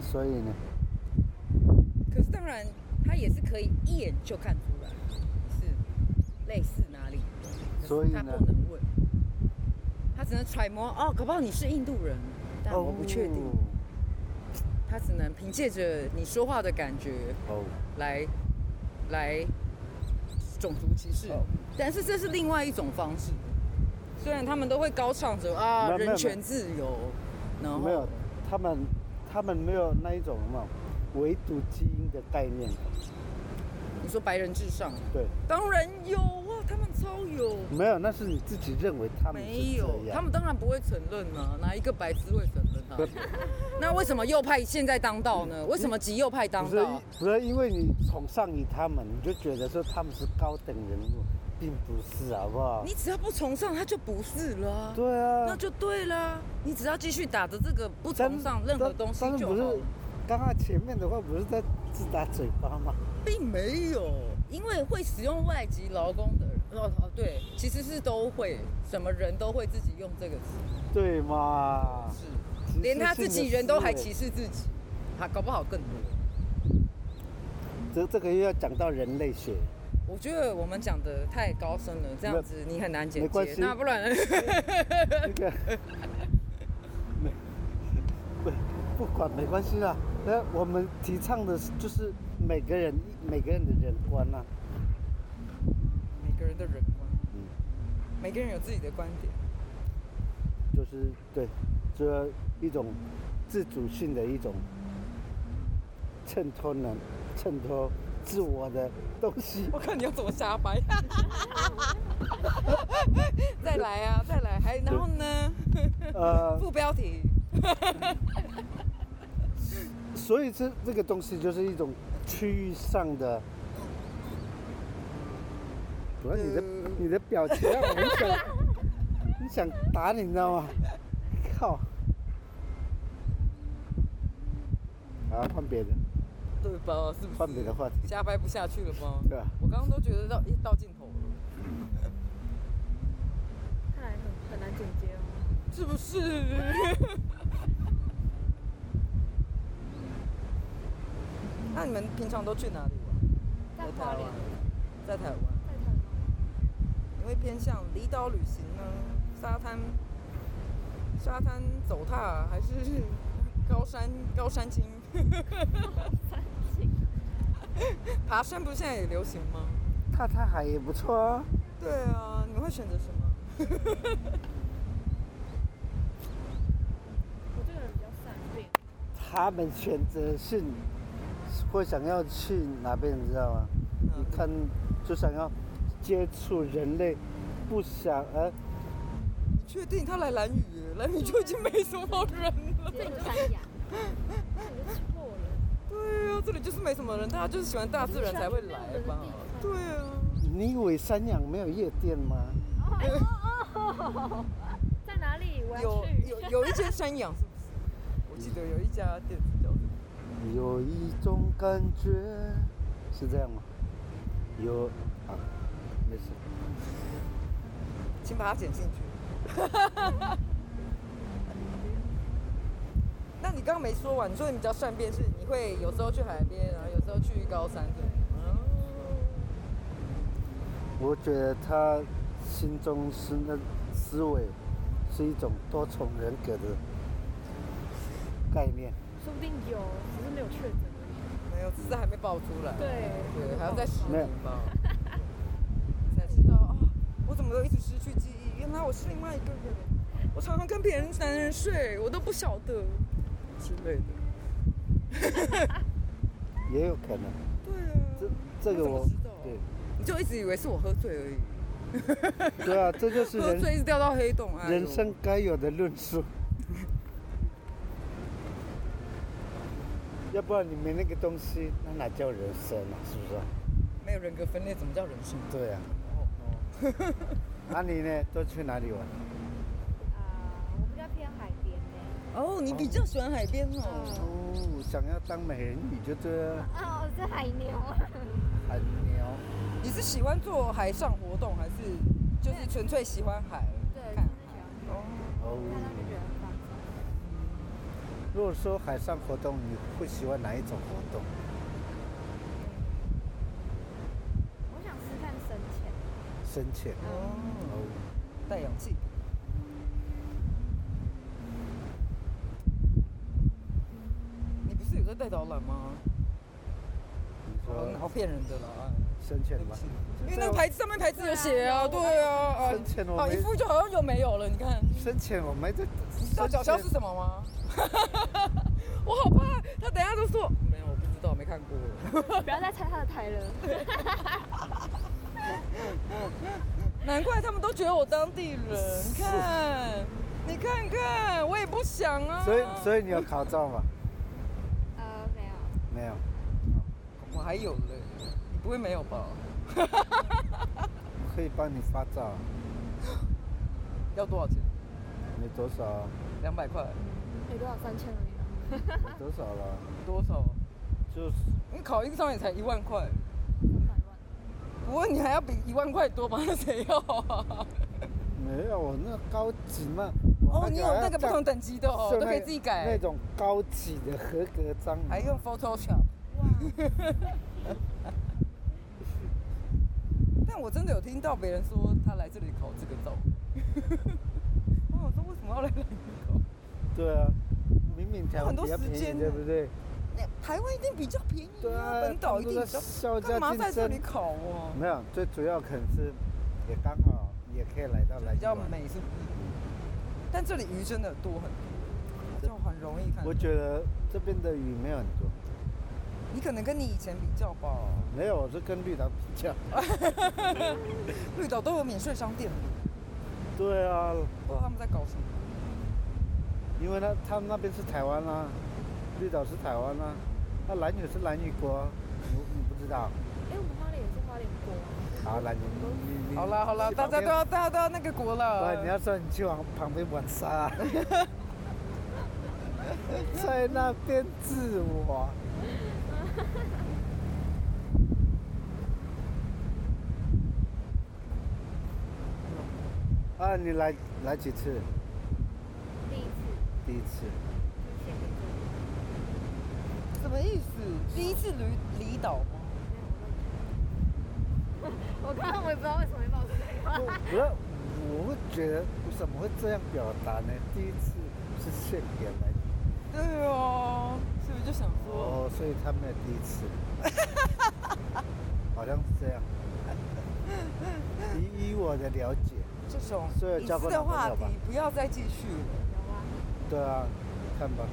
Speaker 1: 所以呢？
Speaker 2: 可是当然，他也是可以一眼就看出来是类似哪里人，可是
Speaker 1: 所以
Speaker 2: 他
Speaker 1: 呢
Speaker 2: 不能问，他只能揣摩哦，搞不好你是印度人，但
Speaker 1: 哦
Speaker 2: 哦我不确定，他只能凭借着你说话的感觉
Speaker 1: 哦。
Speaker 2: 来来种族歧视，
Speaker 1: 哦
Speaker 2: 但是这是另外一种方式。虽然他们都会高唱着啊
Speaker 1: 没有没有
Speaker 2: 人权自由，然后
Speaker 1: 没有，他们他们没有那一种什么唯独基因的概念，
Speaker 2: 你说白人至上，
Speaker 1: 对，
Speaker 2: 当然有啊，他们超有。
Speaker 1: 没有，那是你自己认为他们
Speaker 2: 没
Speaker 1: 是
Speaker 2: 有，
Speaker 1: 这
Speaker 2: 他
Speaker 1: 样。
Speaker 2: 们当然不会承认啊，哪一个白痴会承认啊？ 那为什么右派现在当道呢？为什么极右派当
Speaker 1: 不是
Speaker 2: 道？
Speaker 1: 不是因为你崇尚于他们，你就觉得说他们是高等人物，并不是，好不好
Speaker 2: 你？只要不崇尚，他就不是了啊、
Speaker 1: 对
Speaker 2: 那
Speaker 1: 啊，
Speaker 2: 就对啦。你只要继续打着这个不崇尚任何
Speaker 1: 但
Speaker 2: 东西
Speaker 1: 但是
Speaker 2: 就
Speaker 1: 不
Speaker 2: 好了
Speaker 1: 是。刚刚前面的话不是在自打嘴巴吗？
Speaker 2: 并没有，因为会使用外籍劳工的人，哦哦，对，其实是都会，什么人都会自己用这个词，
Speaker 1: 对嘛？
Speaker 2: 是，
Speaker 1: 歧视
Speaker 2: 连他
Speaker 1: 性
Speaker 2: 自己
Speaker 1: 的
Speaker 2: 人都
Speaker 1: 思
Speaker 2: 还
Speaker 1: 维
Speaker 2: 歧视自己，还搞不好更多。
Speaker 1: 这这个又要讲到人类学，
Speaker 2: 我觉得我们讲的太高深了，这样子你很难
Speaker 1: 没
Speaker 2: 简
Speaker 1: 关
Speaker 2: 洁
Speaker 1: 系。
Speaker 2: 那不然，
Speaker 1: 那个没不不管没关系啦。那我们提倡的是就是每个人每个人的人观啊呐、
Speaker 2: 每个人的人观，
Speaker 1: 嗯
Speaker 2: 啊每个人有自己的观点。
Speaker 1: 就是对，这一种自主性的一种衬托能衬托自我的东西。
Speaker 2: 我看你要怎么 瞎掰。再来啊，再来，还然后呢？
Speaker 1: 呃，
Speaker 2: 副标题，
Speaker 1: 所以这这个东西就是一种区域上的。主要你的你的表情啊让我很想，你想打你，你知道吗？靠！好，换别的，
Speaker 2: 对吧？是不是？
Speaker 1: 换别的话题，
Speaker 2: 瞎掰不下去了吗？
Speaker 1: 对吧？啊
Speaker 2: 我刚刚都觉得到一到尽头了，
Speaker 5: 看来很很难总结哦。
Speaker 2: 是不是？ 那你们平常都去哪里玩？
Speaker 5: 在
Speaker 2: 在
Speaker 5: 花
Speaker 2: 台
Speaker 5: 莲
Speaker 2: 湾，，在台湾，
Speaker 5: 在台湾。
Speaker 2: 你会偏向离岛旅行呢，沙滩，沙滩走踏，还是高山 高山青？高山青，爬山不是现在也流行吗？
Speaker 1: 看他海也不错啊。
Speaker 2: 对啊，你会选择什么？
Speaker 5: 我这个人比较善变，
Speaker 1: 他们选择性会想要去哪边，你知道吗？
Speaker 2: 嗯
Speaker 1: 你看，就想要接触人类，不想呃，
Speaker 2: 你确定他来蓝屿，蓝屿就已经没什么人了。
Speaker 5: 这你就山羊，那你就错了。
Speaker 2: 对啊，这里就是没什么人，大家就是喜欢大自然才会来吧。对啊，
Speaker 1: 你以为山羊没有夜店吗？
Speaker 5: 哦哎哦哦，在哪里？我要
Speaker 2: 有
Speaker 5: 去。
Speaker 2: 有有一间山羊是不是？我记得有一家店叫什么
Speaker 1: 有一种感觉，是这样吗？有啊，没事。
Speaker 2: 请把它剪进去。 那你刚刚没说完，你说你比较善变，是你会有时候去海边，然后有时候去高山，对吗？
Speaker 1: 我觉得他心中是那思维是一种多重人格的概念。
Speaker 5: 说不定有，只是没有确诊而已。
Speaker 2: 没有，只是还没爆出来。
Speaker 5: 对
Speaker 2: 对，还要再十
Speaker 1: 没有
Speaker 2: 年吧，才知道啊、我怎么都一直失去记忆，原来我是另外一个人。我常常跟别人男人睡，我都不晓得啊之类的。
Speaker 1: 也有可能，
Speaker 2: 对
Speaker 1: 这
Speaker 2: 啊，
Speaker 1: 这个
Speaker 2: 那怎么
Speaker 1: 我
Speaker 2: 知道
Speaker 1: 对
Speaker 2: 你就一直以为是我喝醉而已，
Speaker 1: 对啊，这就是
Speaker 2: 喝
Speaker 1: 人
Speaker 2: 醉一直掉到黑洞啊。哎呦
Speaker 1: 人生该有的论 述。要不然你没那个东西，那哪叫人生啊？是不是啊、
Speaker 2: 没有人格分裂，怎么叫人生？
Speaker 1: 对啊。哦那、你呢？都去哪里玩？
Speaker 5: 啊，我比较偏海边呢。
Speaker 2: 哦，你比较喜欢海边哦。
Speaker 1: 哦，想要当美人鱼就对了，
Speaker 5: 啊，我是海牛。
Speaker 1: 海牛。
Speaker 2: 你是喜欢做海上活动，还是就是纯粹喜欢海？
Speaker 5: 对，
Speaker 2: 看
Speaker 5: 就是喜欢
Speaker 2: 哦，
Speaker 5: 看到
Speaker 1: 哦，
Speaker 5: 就觉得很放松。
Speaker 1: 如果说海上活动，你会喜欢哪一种活动？
Speaker 5: 我想试看深潜。
Speaker 1: 深潜。哦，
Speaker 2: 带氧气。你不是有在带导览吗？
Speaker 1: 你
Speaker 2: 好好
Speaker 1: 说
Speaker 2: 骗人的啦，
Speaker 1: 深潜
Speaker 2: 对不
Speaker 1: 吧
Speaker 2: 起。。因为那个牌子上面牌子有写啊，对啊，啊
Speaker 1: 深潜我
Speaker 2: 啊，
Speaker 1: 没
Speaker 2: 一副就好像有没有了，你看。
Speaker 1: 深潜我没在。
Speaker 2: 你知道脚锹是什么吗？ 我好怕，他等一下就说没有，我不知道，没看过。
Speaker 5: 不要再拆他的台了。
Speaker 2: 难怪他们都觉得我当地人。你 看，你看看，我也不想啊。
Speaker 1: 所以所以你有考照吗？
Speaker 5: 呃，没有。
Speaker 1: 没有。
Speaker 2: 我还有嘞，你不会没有吧？
Speaker 1: 可以帮你发照，
Speaker 2: 要多少钱？
Speaker 1: 你多少啊？
Speaker 2: 两百块，
Speaker 5: 有多少三千而已吧。
Speaker 1: 你多少了？
Speaker 2: 多少？
Speaker 1: 就是
Speaker 2: 你考一个商也才一万块，
Speaker 5: 三百万。
Speaker 2: 不过你还要比一万块多吗？那谁要啊？
Speaker 1: 没有我那高级嘛。我
Speaker 2: 哦，你有
Speaker 1: 还要
Speaker 2: 那个不
Speaker 1: 照
Speaker 2: 同等级的哦，
Speaker 1: 就
Speaker 2: 都可
Speaker 1: 那
Speaker 2: 以自己
Speaker 1: 那
Speaker 2: 改，
Speaker 1: 种高级的合格章，
Speaker 2: 还用 Photoshop。
Speaker 5: 哇。
Speaker 2: 但我真的有听到别人说他来这里考这个照， 我想说为什么要来这里考？
Speaker 1: 对啊，明明台湾
Speaker 2: 很
Speaker 1: 比
Speaker 2: 多
Speaker 1: 较
Speaker 2: 时
Speaker 1: 便
Speaker 2: 间
Speaker 1: 宜，
Speaker 2: 呢
Speaker 1: 对不对？
Speaker 2: 那台湾一定比较便宜
Speaker 1: 对啊，
Speaker 2: 本岛一定
Speaker 1: 他们
Speaker 2: 比
Speaker 1: 都在，
Speaker 2: 较
Speaker 1: 削
Speaker 2: 干
Speaker 1: 价
Speaker 2: 嘛在
Speaker 1: 竞
Speaker 2: 这里
Speaker 1: 争。
Speaker 2: 考哦、
Speaker 1: 没有，最主要可能是也刚好也可以来到来
Speaker 2: 比较。美是不是？但这里鱼真的多很多，就很容易看
Speaker 1: 我。觉得这边的雨没有很多，
Speaker 2: 你可能跟你以前比较吧，
Speaker 1: 没有，我是跟绿岛比较。
Speaker 2: 绿岛都有免税商店，
Speaker 1: 对啊，
Speaker 2: 不知道他们在搞什么。
Speaker 1: 因为呢，他们那边是台湾啦、啊绿岛是台湾啦、啊那蓝屿是蓝屿国啊，你你不知道？
Speaker 5: 哎，我们花莲也是花莲国啊。
Speaker 1: 好，蓝屿，你你你
Speaker 2: 好啦好啦，
Speaker 1: 去
Speaker 2: 大
Speaker 1: 旁
Speaker 2: 家
Speaker 1: 边
Speaker 2: 都要大家都要那个国
Speaker 1: 对，
Speaker 2: 了
Speaker 1: 你。要说你去往旁边玩沙、啊 在那边自我。啊，你来来几次？
Speaker 5: 第一次。
Speaker 1: 第一 次，
Speaker 5: 谢谢你。
Speaker 2: 什么意思？第一次离离岛吗？
Speaker 5: 我刚刚我也不知道为什么会冒出这个
Speaker 1: 不
Speaker 5: 话，
Speaker 1: 不是，我会觉得为什么会这样表达呢？第一次是献给来，啊
Speaker 2: 对哦，所以我就想
Speaker 1: 哦
Speaker 2: 说，
Speaker 1: 哦，所以他没有第一次，好像是这样。我的了解，
Speaker 2: 这种
Speaker 1: 所以
Speaker 2: 隐
Speaker 1: 交
Speaker 2: 私
Speaker 1: 过
Speaker 2: 的
Speaker 1: 男朋
Speaker 2: 话
Speaker 1: 友
Speaker 2: 题
Speaker 1: 吧
Speaker 2: 不要再继续了。
Speaker 5: 有啊，
Speaker 1: 对啊，看吧，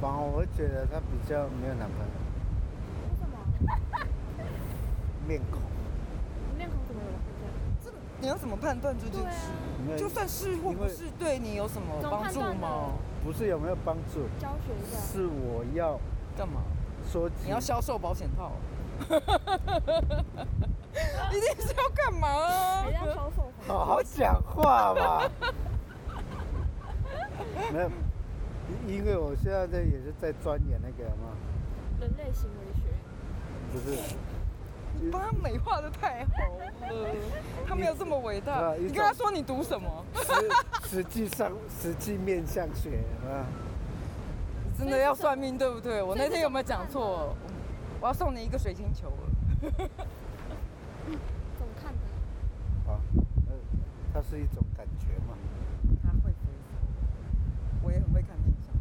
Speaker 1: 反而我会觉得她比较没有男朋友，
Speaker 5: 为什么？
Speaker 1: 面孔
Speaker 5: 你面孔怎么有人会这样？
Speaker 2: 这你要怎么判断这件
Speaker 5: 对
Speaker 2: 事？
Speaker 5: 啊，
Speaker 1: 没有，
Speaker 2: 就算是或
Speaker 1: 因
Speaker 2: 不
Speaker 1: 为
Speaker 2: 是对你有什么
Speaker 5: 怎么
Speaker 2: 帮
Speaker 5: 判
Speaker 2: 助
Speaker 5: 断
Speaker 2: 吗？
Speaker 1: 不是有没有帮助，
Speaker 5: 教学一下。
Speaker 1: 是我要
Speaker 2: 干嘛？
Speaker 1: 说起
Speaker 2: 你要销售保险 套？一定是要干嘛啊、
Speaker 5: 人家销售法，
Speaker 1: 好好讲话 嘛。没有，因因为我现在在也是在钻研那个嘛，
Speaker 5: 人类行为学。
Speaker 1: 不 是，
Speaker 2: 你帮他美化的太好了，他没有这么伟大。
Speaker 1: 对啊一
Speaker 2: 你跟他
Speaker 1: 种
Speaker 2: 说你读什么，
Speaker 1: 实实际上实际面向学啊，
Speaker 2: 你真的要算命对不对？我那天有没有讲错？我要送你一个水晶球了。
Speaker 5: 怎么看的？
Speaker 1: 好，呃，它是一种感觉嘛。
Speaker 2: 他会飞，我也很会看面相。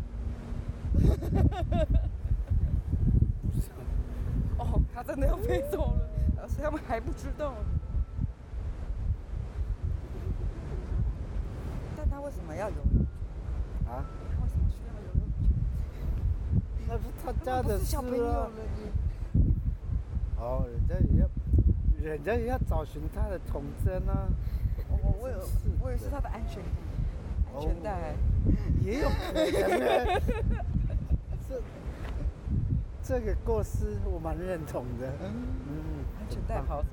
Speaker 2: 哦，他真的要飞走了，老师他们还不知道呢。但他为什么要游泳？
Speaker 1: 啊，
Speaker 2: 他为什么需要游泳圈？
Speaker 1: 那是他
Speaker 2: 他
Speaker 1: 家
Speaker 2: 们不
Speaker 1: 的
Speaker 2: 是
Speaker 1: 事
Speaker 2: 小朋友
Speaker 1: 啊
Speaker 2: 了。你
Speaker 1: 哦，人家也要，人家也要找寻他的童真啊，
Speaker 2: 我我有
Speaker 1: 真是的
Speaker 2: 我也是他的安全带，安全带。
Speaker 1: 也有可能呢。这这个构思我蛮认同的。嗯，
Speaker 2: 安全带好走，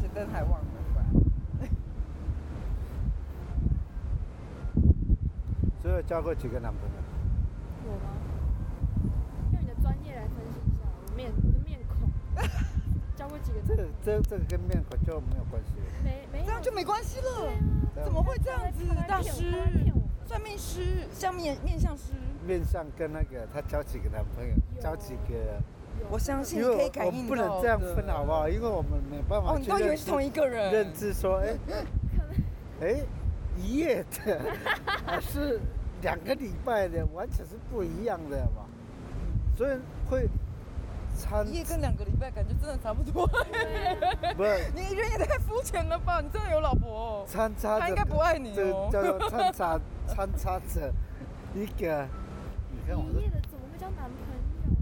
Speaker 2: 现在还忘了回来。
Speaker 1: 所以我交过几个男朋友。
Speaker 5: 我吗？用你的专业来分析一下我面我的面孔，教过几个
Speaker 1: 这
Speaker 5: 字？
Speaker 1: 这这个跟面孔就没有关系了。
Speaker 5: 没没有
Speaker 2: 这样就没关系了。
Speaker 1: 对
Speaker 2: 怎么会这样子
Speaker 5: 他在？
Speaker 2: 大
Speaker 5: 骗我
Speaker 2: 师
Speaker 5: 他在骗我们，
Speaker 2: 算命师，像面面相师，
Speaker 1: 面相跟那个他交几个男朋友，交几个，
Speaker 5: 有
Speaker 2: 我相信
Speaker 1: 因
Speaker 2: 你
Speaker 1: 为
Speaker 2: 可以
Speaker 1: 我我
Speaker 2: 感应
Speaker 1: 不能这样分好不
Speaker 2: 好？
Speaker 1: 好？因为我们没办法
Speaker 2: 哦，
Speaker 1: 去
Speaker 2: 你都以为
Speaker 1: 认
Speaker 2: 是同
Speaker 1: 知
Speaker 2: 一个人？
Speaker 1: 认知说，哎，哎，一夜的还是两个礼拜的，完全是不一样的嘛，所以会参
Speaker 2: 一夜跟两个礼拜感觉真的差不多。
Speaker 1: 不是
Speaker 2: 你人也太肤浅了吧？你真的有老婆哦？
Speaker 1: 参差
Speaker 2: 他
Speaker 1: 着
Speaker 2: 应该不爱你
Speaker 1: 这
Speaker 2: 哦
Speaker 1: 叫做参 差参差着一个，你看我
Speaker 5: 一
Speaker 1: 是
Speaker 5: 夜的怎么会交男朋友呢？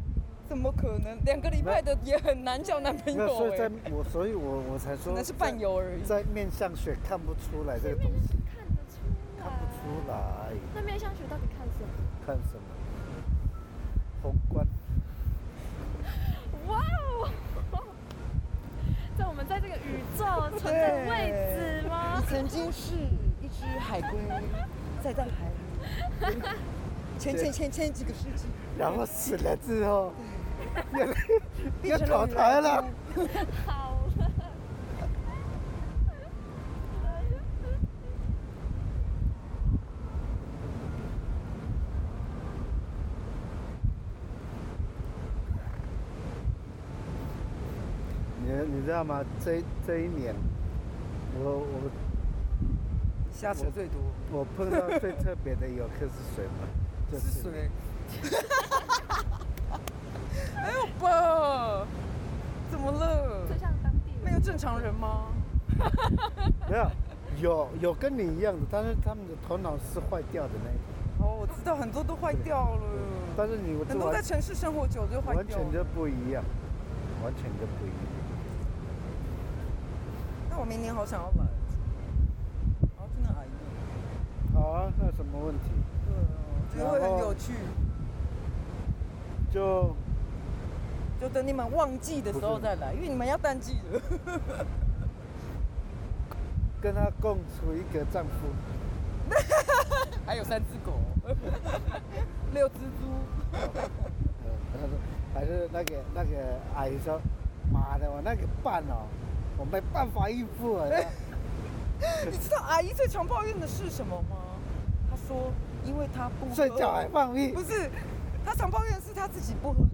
Speaker 2: 怎么可能？两个礼拜的也很难交男朋
Speaker 1: 没有，所
Speaker 2: 友
Speaker 1: 以
Speaker 2: 哎
Speaker 1: 在，我所以我我才
Speaker 2: 只
Speaker 1: 说
Speaker 2: 能是伴游而已。
Speaker 1: 在面相学看不出来这
Speaker 5: 前
Speaker 1: 个
Speaker 5: 面
Speaker 1: 东
Speaker 5: 就
Speaker 1: 西，
Speaker 5: 是看得出来，
Speaker 1: 看不出来，
Speaker 5: 那面相学到底看什么？
Speaker 1: 看什么？宏观，
Speaker 5: 哇哦！在我们在这个宇宙存在的位置吗
Speaker 2: 你？曾经是一只海龟，在大海里， 前前前前几个世纪。
Speaker 1: 然后死了之后，要
Speaker 2: 变
Speaker 1: 要
Speaker 2: 成
Speaker 1: 投胎了，
Speaker 5: 好了，
Speaker 1: 你你知道吗？这这一年，我我
Speaker 2: 瞎扯最多
Speaker 1: 我碰到最特别的游客是谁 吗？就是
Speaker 2: 是谁？没有吧？怎么了
Speaker 5: 就？像当地人
Speaker 2: 没有正常人吗？
Speaker 1: 没有，有有跟你一样的，但是他们的头脑是坏掉的那一种，
Speaker 2: 哦，我知道很多都坏掉了，
Speaker 1: 但是你我
Speaker 2: 很
Speaker 1: 就
Speaker 2: 多在
Speaker 1: 完
Speaker 2: 城市生活久了就坏
Speaker 1: 完
Speaker 2: 掉啊
Speaker 1: 全
Speaker 2: 了。
Speaker 1: 就不一样，完全就不一样。
Speaker 2: 那我明年好想要来，然后去那阿姨，
Speaker 1: 好啊，那有什么问题？
Speaker 2: 对啊，觉得会很有趣。
Speaker 1: 就
Speaker 2: 就等你们旺季的时候
Speaker 1: 不是
Speaker 2: 再来，因为你们要淡季了。
Speaker 1: 跟他共处一个丈夫。
Speaker 2: 还有三只狗，六只猪，
Speaker 1: 呃他说还是那个那个阿姨说，妈的，我那个伴哦，我没办法应付啊。
Speaker 2: 你知道阿姨最常抱怨的是什么吗？她说，因为她不喝
Speaker 1: 睡觉哎还放屁
Speaker 2: 不。是，她常抱怨是她自己不喝酒。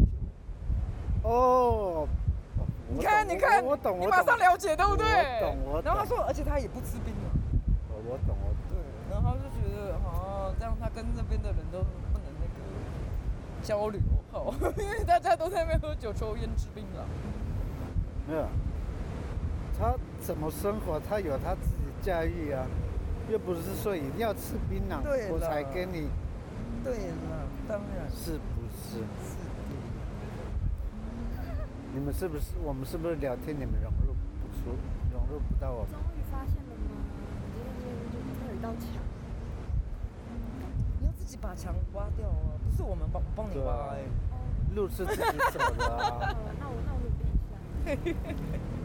Speaker 1: 哦，我
Speaker 2: 你看，
Speaker 1: 懂
Speaker 2: 你看，
Speaker 1: 我我懂，
Speaker 2: 你
Speaker 1: 我
Speaker 2: 马
Speaker 1: 懂，
Speaker 2: 上了解，对不对？
Speaker 1: 我懂我懂
Speaker 2: 然后她说，而且她也不吃槟榔。
Speaker 1: 我我懂，我懂。
Speaker 2: 对，然后就觉得，哦，这样她跟那边的人都不能那个交流， 啊好，因为大家都在那边喝酒、抽烟、吃槟榔。
Speaker 1: 没有，
Speaker 4: 他怎么生活，他有他自己驾驭啊，又不是说一定要吃槟榔
Speaker 2: 对
Speaker 4: 我才
Speaker 2: 了
Speaker 4: 跟你
Speaker 2: 对了，当然
Speaker 4: 是不是？你们是不是我们是不是聊天你们融入不出，融入不到我们？
Speaker 5: 终于发现了吗？今天就那有一道墙，
Speaker 2: 你要自己把墙挖掉啊，不是我们帮帮你
Speaker 4: 对
Speaker 2: 挖
Speaker 4: 啊
Speaker 2: 哎、
Speaker 4: 路是自己走的啊
Speaker 5: 哦，，那我那我努力一下。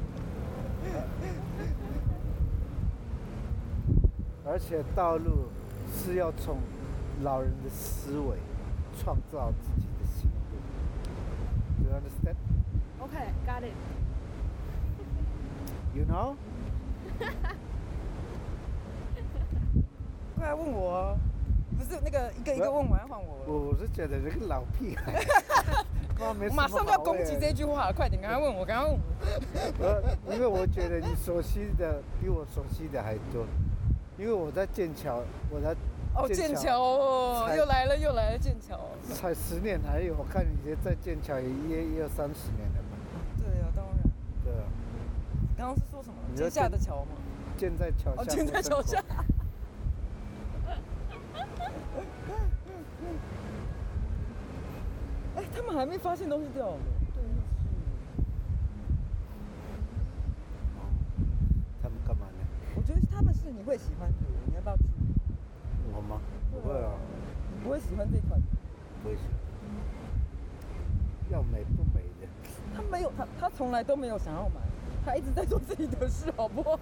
Speaker 4: 而且道路是要从老人的思维创造自己的新路。Do you understand?
Speaker 5: OK，got it。
Speaker 4: You know?
Speaker 2: 快来问我啊，不是那个一个一个问完要换我了，
Speaker 4: 我是觉得这个老屁孩，妈没
Speaker 2: 我
Speaker 4: 什么
Speaker 2: 马上就要
Speaker 4: 好
Speaker 2: 攻击
Speaker 4: 问
Speaker 2: 这句话了，快点，赶快问我，赶快问我。
Speaker 4: 呃，因为我觉得你熟悉的比我熟悉的还多，因为我在剑桥，我在
Speaker 2: 哦，剑桥哦，
Speaker 4: 才
Speaker 2: 又来了又来了剑桥。
Speaker 4: 才十年而已，我看你也在剑桥也也也有三十年了吧？
Speaker 2: 对啊，当然。
Speaker 4: 对啊，
Speaker 2: 刚刚是说什么？
Speaker 4: 你说
Speaker 2: 剑下
Speaker 4: 剑
Speaker 2: 的桥吗？
Speaker 4: 剑在桥
Speaker 2: 哦，
Speaker 4: 下，
Speaker 2: 剑在桥下。。哎，他们还没发现东西掉了。
Speaker 4: 他们干嘛呢？
Speaker 2: 我觉得他们是你会喜欢的，你要不要去？
Speaker 4: 我吗？不会啊，
Speaker 2: 你不会喜欢这款，
Speaker 4: 不会选。要美不美的，
Speaker 2: 他没有，他他从来都没有想要买，他一直在做自己的事，好不好？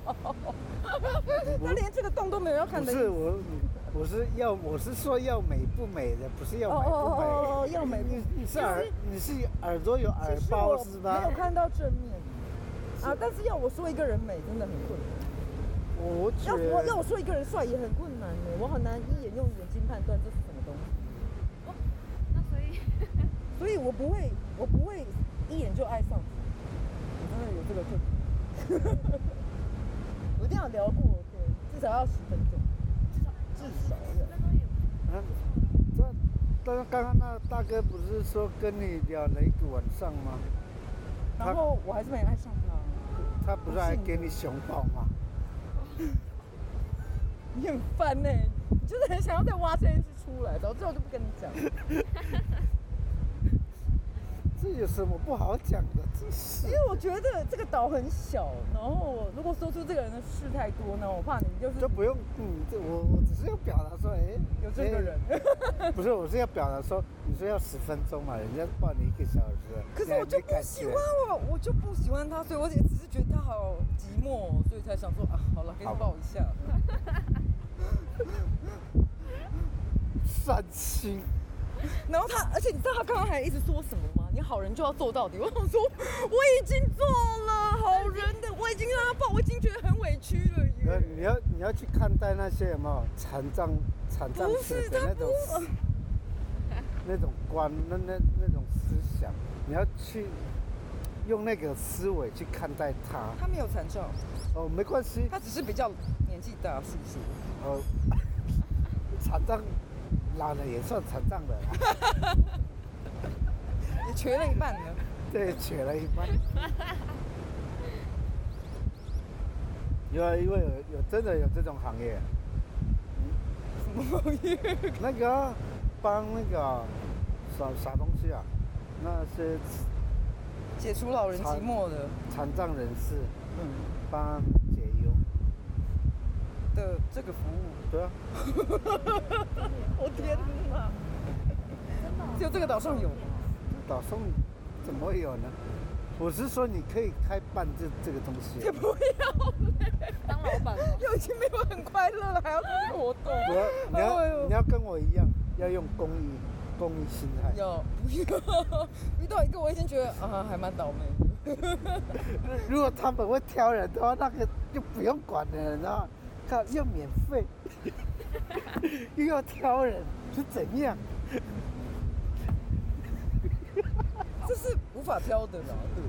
Speaker 2: 他连这个洞都没有要看
Speaker 4: 不
Speaker 2: 的意
Speaker 4: 是
Speaker 2: 思。
Speaker 4: 我，我是要我是说要美不美的，不是要
Speaker 2: 哦
Speaker 4: 买
Speaker 2: 哦
Speaker 4: 不
Speaker 2: 哦
Speaker 4: 美。
Speaker 2: 哦哦，要美不
Speaker 4: 你你是耳你是耳朵有耳
Speaker 2: 其实
Speaker 4: 包
Speaker 2: 我
Speaker 4: 是
Speaker 2: 没有
Speaker 4: 吧？
Speaker 2: 看到正面啊，但是要我说一个人美真的很困难，
Speaker 4: 我觉
Speaker 2: 要我
Speaker 4: 得
Speaker 2: 要我说一个人帅也很困难呢，我很难一眼用眼睛判断这是什么东西，
Speaker 5: 那所以
Speaker 2: 所以我不会我不会一眼就爱上你，我真的有这个困难，我一定要聊过，对，至少要十分钟，
Speaker 5: 至少
Speaker 2: 至少要
Speaker 5: 十。分钟也不
Speaker 4: 啊，这但是刚刚那大哥不是说跟你聊了一个晚上吗？他
Speaker 2: 然后我还是没爱上他，
Speaker 4: 他不是还给你熊抱吗？
Speaker 2: 你很烦呢、你就是很想要再挖这件事出来，早知道我就不跟你 讲。
Speaker 4: 这有什么不好讲的？真是
Speaker 2: 因为我觉得这个岛很小，然后如果说出这个人的事太多呢，我怕你们就是
Speaker 4: 就不用嗯，这我我只是要表达说，哎，
Speaker 2: 有这个人。
Speaker 4: 哎，不是，我是要表达说，你说要十分钟嘛，人家抱你一个小时，
Speaker 2: 可是
Speaker 4: 你还
Speaker 2: 我就
Speaker 4: 没
Speaker 2: 不
Speaker 4: 感
Speaker 2: 喜
Speaker 4: 觉
Speaker 2: 欢我，我就不喜欢他，所以我也只是觉得他好寂寞，所以才想说啊，好了，给你
Speaker 4: 好吧
Speaker 2: 抱一 下。
Speaker 4: 善心，
Speaker 2: 然后他，而且你知道他刚刚还一直说什么吗？你好人就要做到底。我想说，我已经做了好人的，我已经让他抱，我已经觉得很委屈了
Speaker 4: 呃，
Speaker 2: 耶。
Speaker 4: 你要你要去看待那些有没有残障残障
Speaker 2: 不
Speaker 4: 者
Speaker 2: 是
Speaker 4: 的
Speaker 2: 他
Speaker 4: 那种
Speaker 2: 不
Speaker 4: 思那种观那那那种思想，你要去用那个思维去看待它。
Speaker 2: 他没有残障，
Speaker 4: 哦，没关系，
Speaker 2: 他只是比较年纪大，叔叔。
Speaker 4: 哦，残障老了也算残障的啦，
Speaker 2: 也瘸了一半呢。
Speaker 4: 对，瘸了一 半。有啊，因为有有真的有这种行 业，
Speaker 2: 什么行业？
Speaker 4: 那个啊帮那个啊啥啥东西啊，那些
Speaker 2: 解除老人寂寞的，
Speaker 4: 残障人士
Speaker 2: 嗯
Speaker 4: 帮他们解忧，
Speaker 2: 的这个服务。
Speaker 4: 对啊，
Speaker 2: 我天哪！
Speaker 5: 真的哦
Speaker 2: 就这个岛上有吗？
Speaker 4: 岛上怎么会有呢？我是说你可以开办这这个东西啊，
Speaker 5: 当老板吗？
Speaker 2: 又已经没有很快乐了，还要这个活动？
Speaker 4: 你要你
Speaker 2: 哎
Speaker 4: 要
Speaker 2: 呦
Speaker 4: 你要跟我一样，要用公益公益心
Speaker 1: 啊
Speaker 4: 态。
Speaker 2: 要不要？遇到一个我已经觉得啊，还蛮倒霉的。
Speaker 4: 如果他们会挑人的话，那个就不用管的人啊， 靠，又免费，又要挑人，是怎样？
Speaker 2: 这是无法挑的啦，对，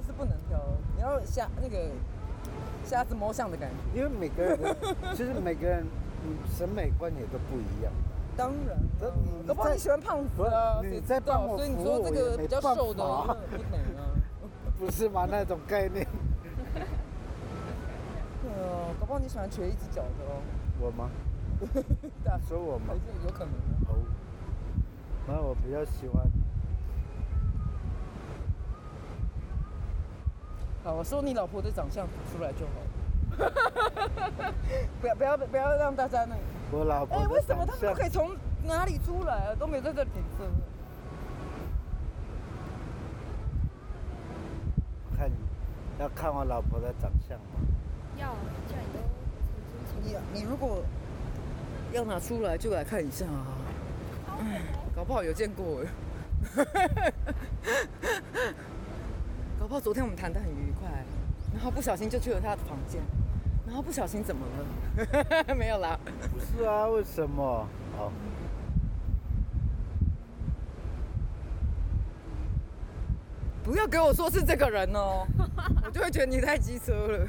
Speaker 2: 这是不能挑。你要瞎那个瞎子摸象的感觉。
Speaker 4: 因为每个人的，其实每个 人嗯审美观也都不一样。
Speaker 2: 当然
Speaker 4: 这
Speaker 2: 啦，
Speaker 4: 你
Speaker 2: 搞不好
Speaker 4: 在
Speaker 2: 你喜欢胖子啊，
Speaker 4: 不是
Speaker 2: 谁
Speaker 4: 你
Speaker 2: 知
Speaker 4: 在
Speaker 2: 道
Speaker 4: 帮我
Speaker 2: 所以你
Speaker 4: 服
Speaker 2: 说
Speaker 4: 务
Speaker 2: 这
Speaker 4: 我也
Speaker 2: 个
Speaker 4: 没
Speaker 2: 比较
Speaker 4: 办
Speaker 2: 瘦的
Speaker 4: 法啊
Speaker 2: 那不能啊。
Speaker 4: 不是嘛？那种概念，
Speaker 2: 呃，搞不好你喜欢瘸一只脚的哦，
Speaker 1: 我吗？
Speaker 2: 大
Speaker 1: 说我吗
Speaker 2: 还？是有可能啊的。
Speaker 1: 哦，那我比较喜欢
Speaker 2: 好，我说你老婆的长相出来就好了。 不要不要不要让大家那个。
Speaker 1: 我老婆
Speaker 2: 哎、为
Speaker 1: 的
Speaker 2: 什么
Speaker 1: 长
Speaker 2: 他们
Speaker 1: 相
Speaker 2: 都可以从哪里出来啊？都没有在这里真的。
Speaker 1: 看你，要看我老婆的长相吗？
Speaker 5: 要，既然你都曾经从
Speaker 2: 你你如果要拿出来，就来看一下啊。搞不好有见过 哎，搞不好昨天我们谈得很愉快，然后不小心就去了他的房间，然后不小心怎么了？ 没有啦。
Speaker 1: 不是啊，为什么？哦，
Speaker 2: 不要给我说是这个人哦，我就会觉得你太机车了。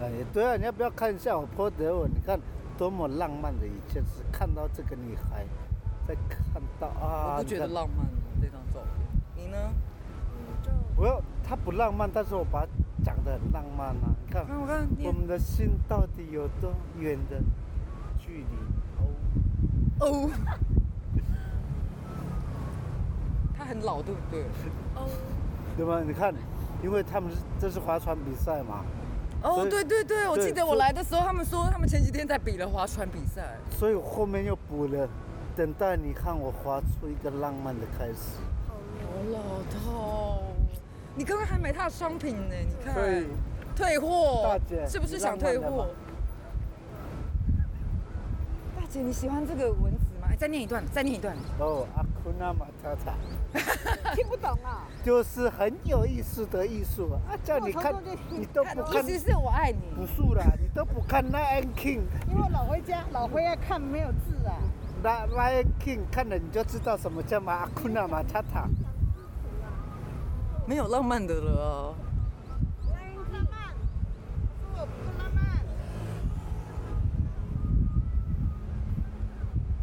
Speaker 1: 哎，对啊，你要不要看一下我泼德文？你看多么浪漫的一件事，看到这个女孩，再看到啊，
Speaker 2: 我不觉得
Speaker 1: 你看
Speaker 2: 浪漫哦，这张照片。你呢？
Speaker 5: 你就
Speaker 1: 我要她不浪漫，但是我把它讲得很浪漫啊。你看
Speaker 2: 看我看你
Speaker 1: 我们的心到底有多远的距离？哦，
Speaker 2: 哦， 他很老对不对？
Speaker 5: 哦，
Speaker 1: 对吗？你看，因为他们是这是划船比赛嘛，
Speaker 2: 哦，
Speaker 1: 所以
Speaker 2: 对对对，我
Speaker 1: 对
Speaker 2: 记得我
Speaker 1: 所以
Speaker 2: 来的时候，他们说他们前几天在比了划船比赛。
Speaker 1: 所以我后面又补了，等待你看我划出一个浪漫的开始。
Speaker 5: 好
Speaker 2: 我
Speaker 5: 牛，
Speaker 2: 老套，哦你刚刚还买他的商品呢，你
Speaker 1: 所
Speaker 2: 看
Speaker 1: 以，
Speaker 2: 退货
Speaker 1: 大姐，
Speaker 2: 是不是想
Speaker 1: 你浪漫
Speaker 2: 退
Speaker 1: 了
Speaker 2: 货
Speaker 1: 吗？
Speaker 2: 大姐，你喜欢这个文字吗？哎，再念一段，再念一段。
Speaker 1: 哦，阿库纳马塔塔。
Speaker 4: 听不懂啊！
Speaker 1: 就是很有意思的艺术啊！啊叫你看
Speaker 4: 我从中，就
Speaker 1: 你都不看，
Speaker 2: 意思是我爱你。
Speaker 1: 不是啦，你都不看 Lion King，
Speaker 4: 因为我老回家，老回家看没有字啊。
Speaker 1: 那 Lion King 看了你就知道什么叫马库纳马塔塔。
Speaker 2: 没有浪漫的了啊、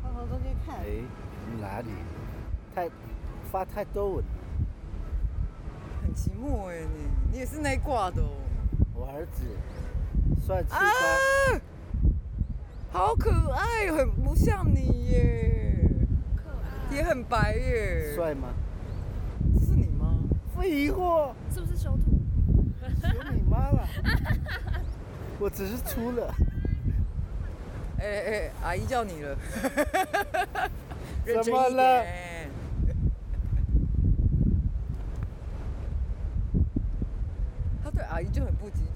Speaker 4: 我从中间看
Speaker 1: 哎，，哪里？太发太多文，
Speaker 2: 很寂寞哎，你你也是那一挂的哦。
Speaker 1: 我儿子帅气吧？
Speaker 2: 啊， 그러니까.好可爱，很不像你耶，
Speaker 5: 可爱，
Speaker 2: 也很白耶。
Speaker 1: 帅吗？
Speaker 2: 这是你吗？
Speaker 1: 废话，
Speaker 5: 是不是修图？
Speaker 1: 有你妈了！我只是出了，
Speaker 2: 哎哎，阿姨叫你了，
Speaker 1: 怎么了？
Speaker 2: 他对阿姨就很不积极。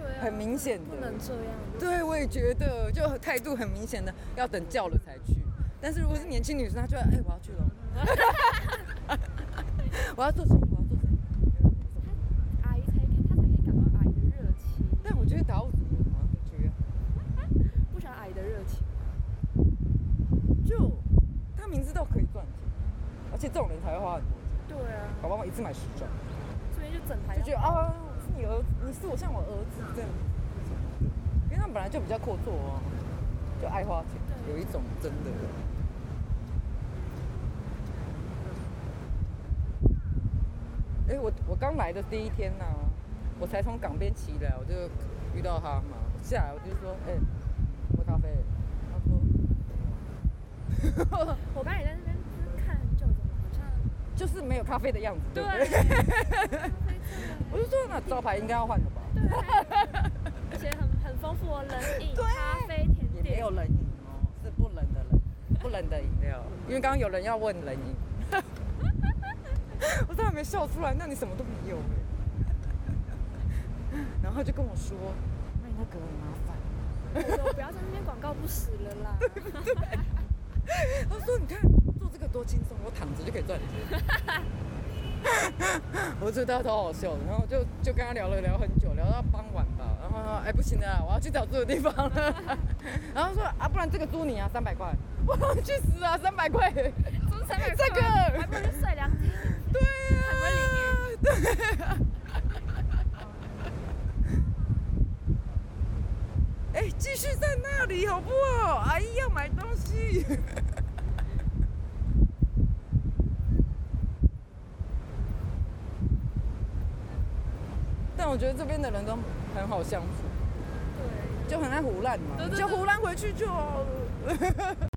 Speaker 5: 对啊，
Speaker 2: 很明显的
Speaker 5: 不能这样。
Speaker 2: 对，我也觉得，就态度很明显的要等叫了才去。但是如果是年轻女生，她就会哎、我要去了， 我要做生意，我要做生意。
Speaker 5: 阿姨才可以，她才可以感到阿姨的热情，
Speaker 2: 但我觉得打我怎么好像很缺，
Speaker 5: 不想阿姨的热情。
Speaker 2: 就他明知道可以赚钱，而且这种人才会花很多钱，
Speaker 5: 对啊，
Speaker 2: 搞不好一次买十张，
Speaker 5: 所以就整排
Speaker 2: 就觉得啊，我是你儿子，你是我像我儿子这样，因为他们本来就比较阔绰哦，就爱花钱，有一种真的。哎、我我刚来的第一天呢、我才从港边骑来，我就遇到他嘛，下来我就说，哎、喝咖啡，他说。
Speaker 5: 我刚才也在那边就是看很久，怎么好像
Speaker 2: 就是没有咖啡的样子，对不对？ 我就说那招牌应该要换了吧，
Speaker 5: 而且很很丰富哦，冷饮、咖啡、甜
Speaker 2: 也
Speaker 5: 点，
Speaker 2: 没有冷饮哦，是不冷的冷，不冷的饮料。因为刚刚有人要问冷饮， 我都还没笑出来，那你什么都没有哎。然后他就跟我说，卖那个很麻烦。
Speaker 5: 我不要在那边广告不实了 啦。
Speaker 2: 他说你看做这个多轻松，我躺着就可以赚钱。 我觉得他超好笑的，然后就就跟他聊了聊很久，聊到傍晚吧，然后他说哎不行了啦，我要去找住的地方了， 然后说啊不然这个租你啊三百块， 我说去死啊三百块，
Speaker 5: 租三 百
Speaker 2: 这个
Speaker 5: 还不如睡两天，
Speaker 2: 对
Speaker 5: 还不如淋
Speaker 2: 啊，对啊。哎，继续在那里好不好？哎阿姨要买东西。但我觉得这边的人都很好相处，
Speaker 7: 对。
Speaker 2: 就很爱胡乱嘛
Speaker 7: 对，对
Speaker 2: 就
Speaker 7: 对
Speaker 2: 胡乱回去就好了。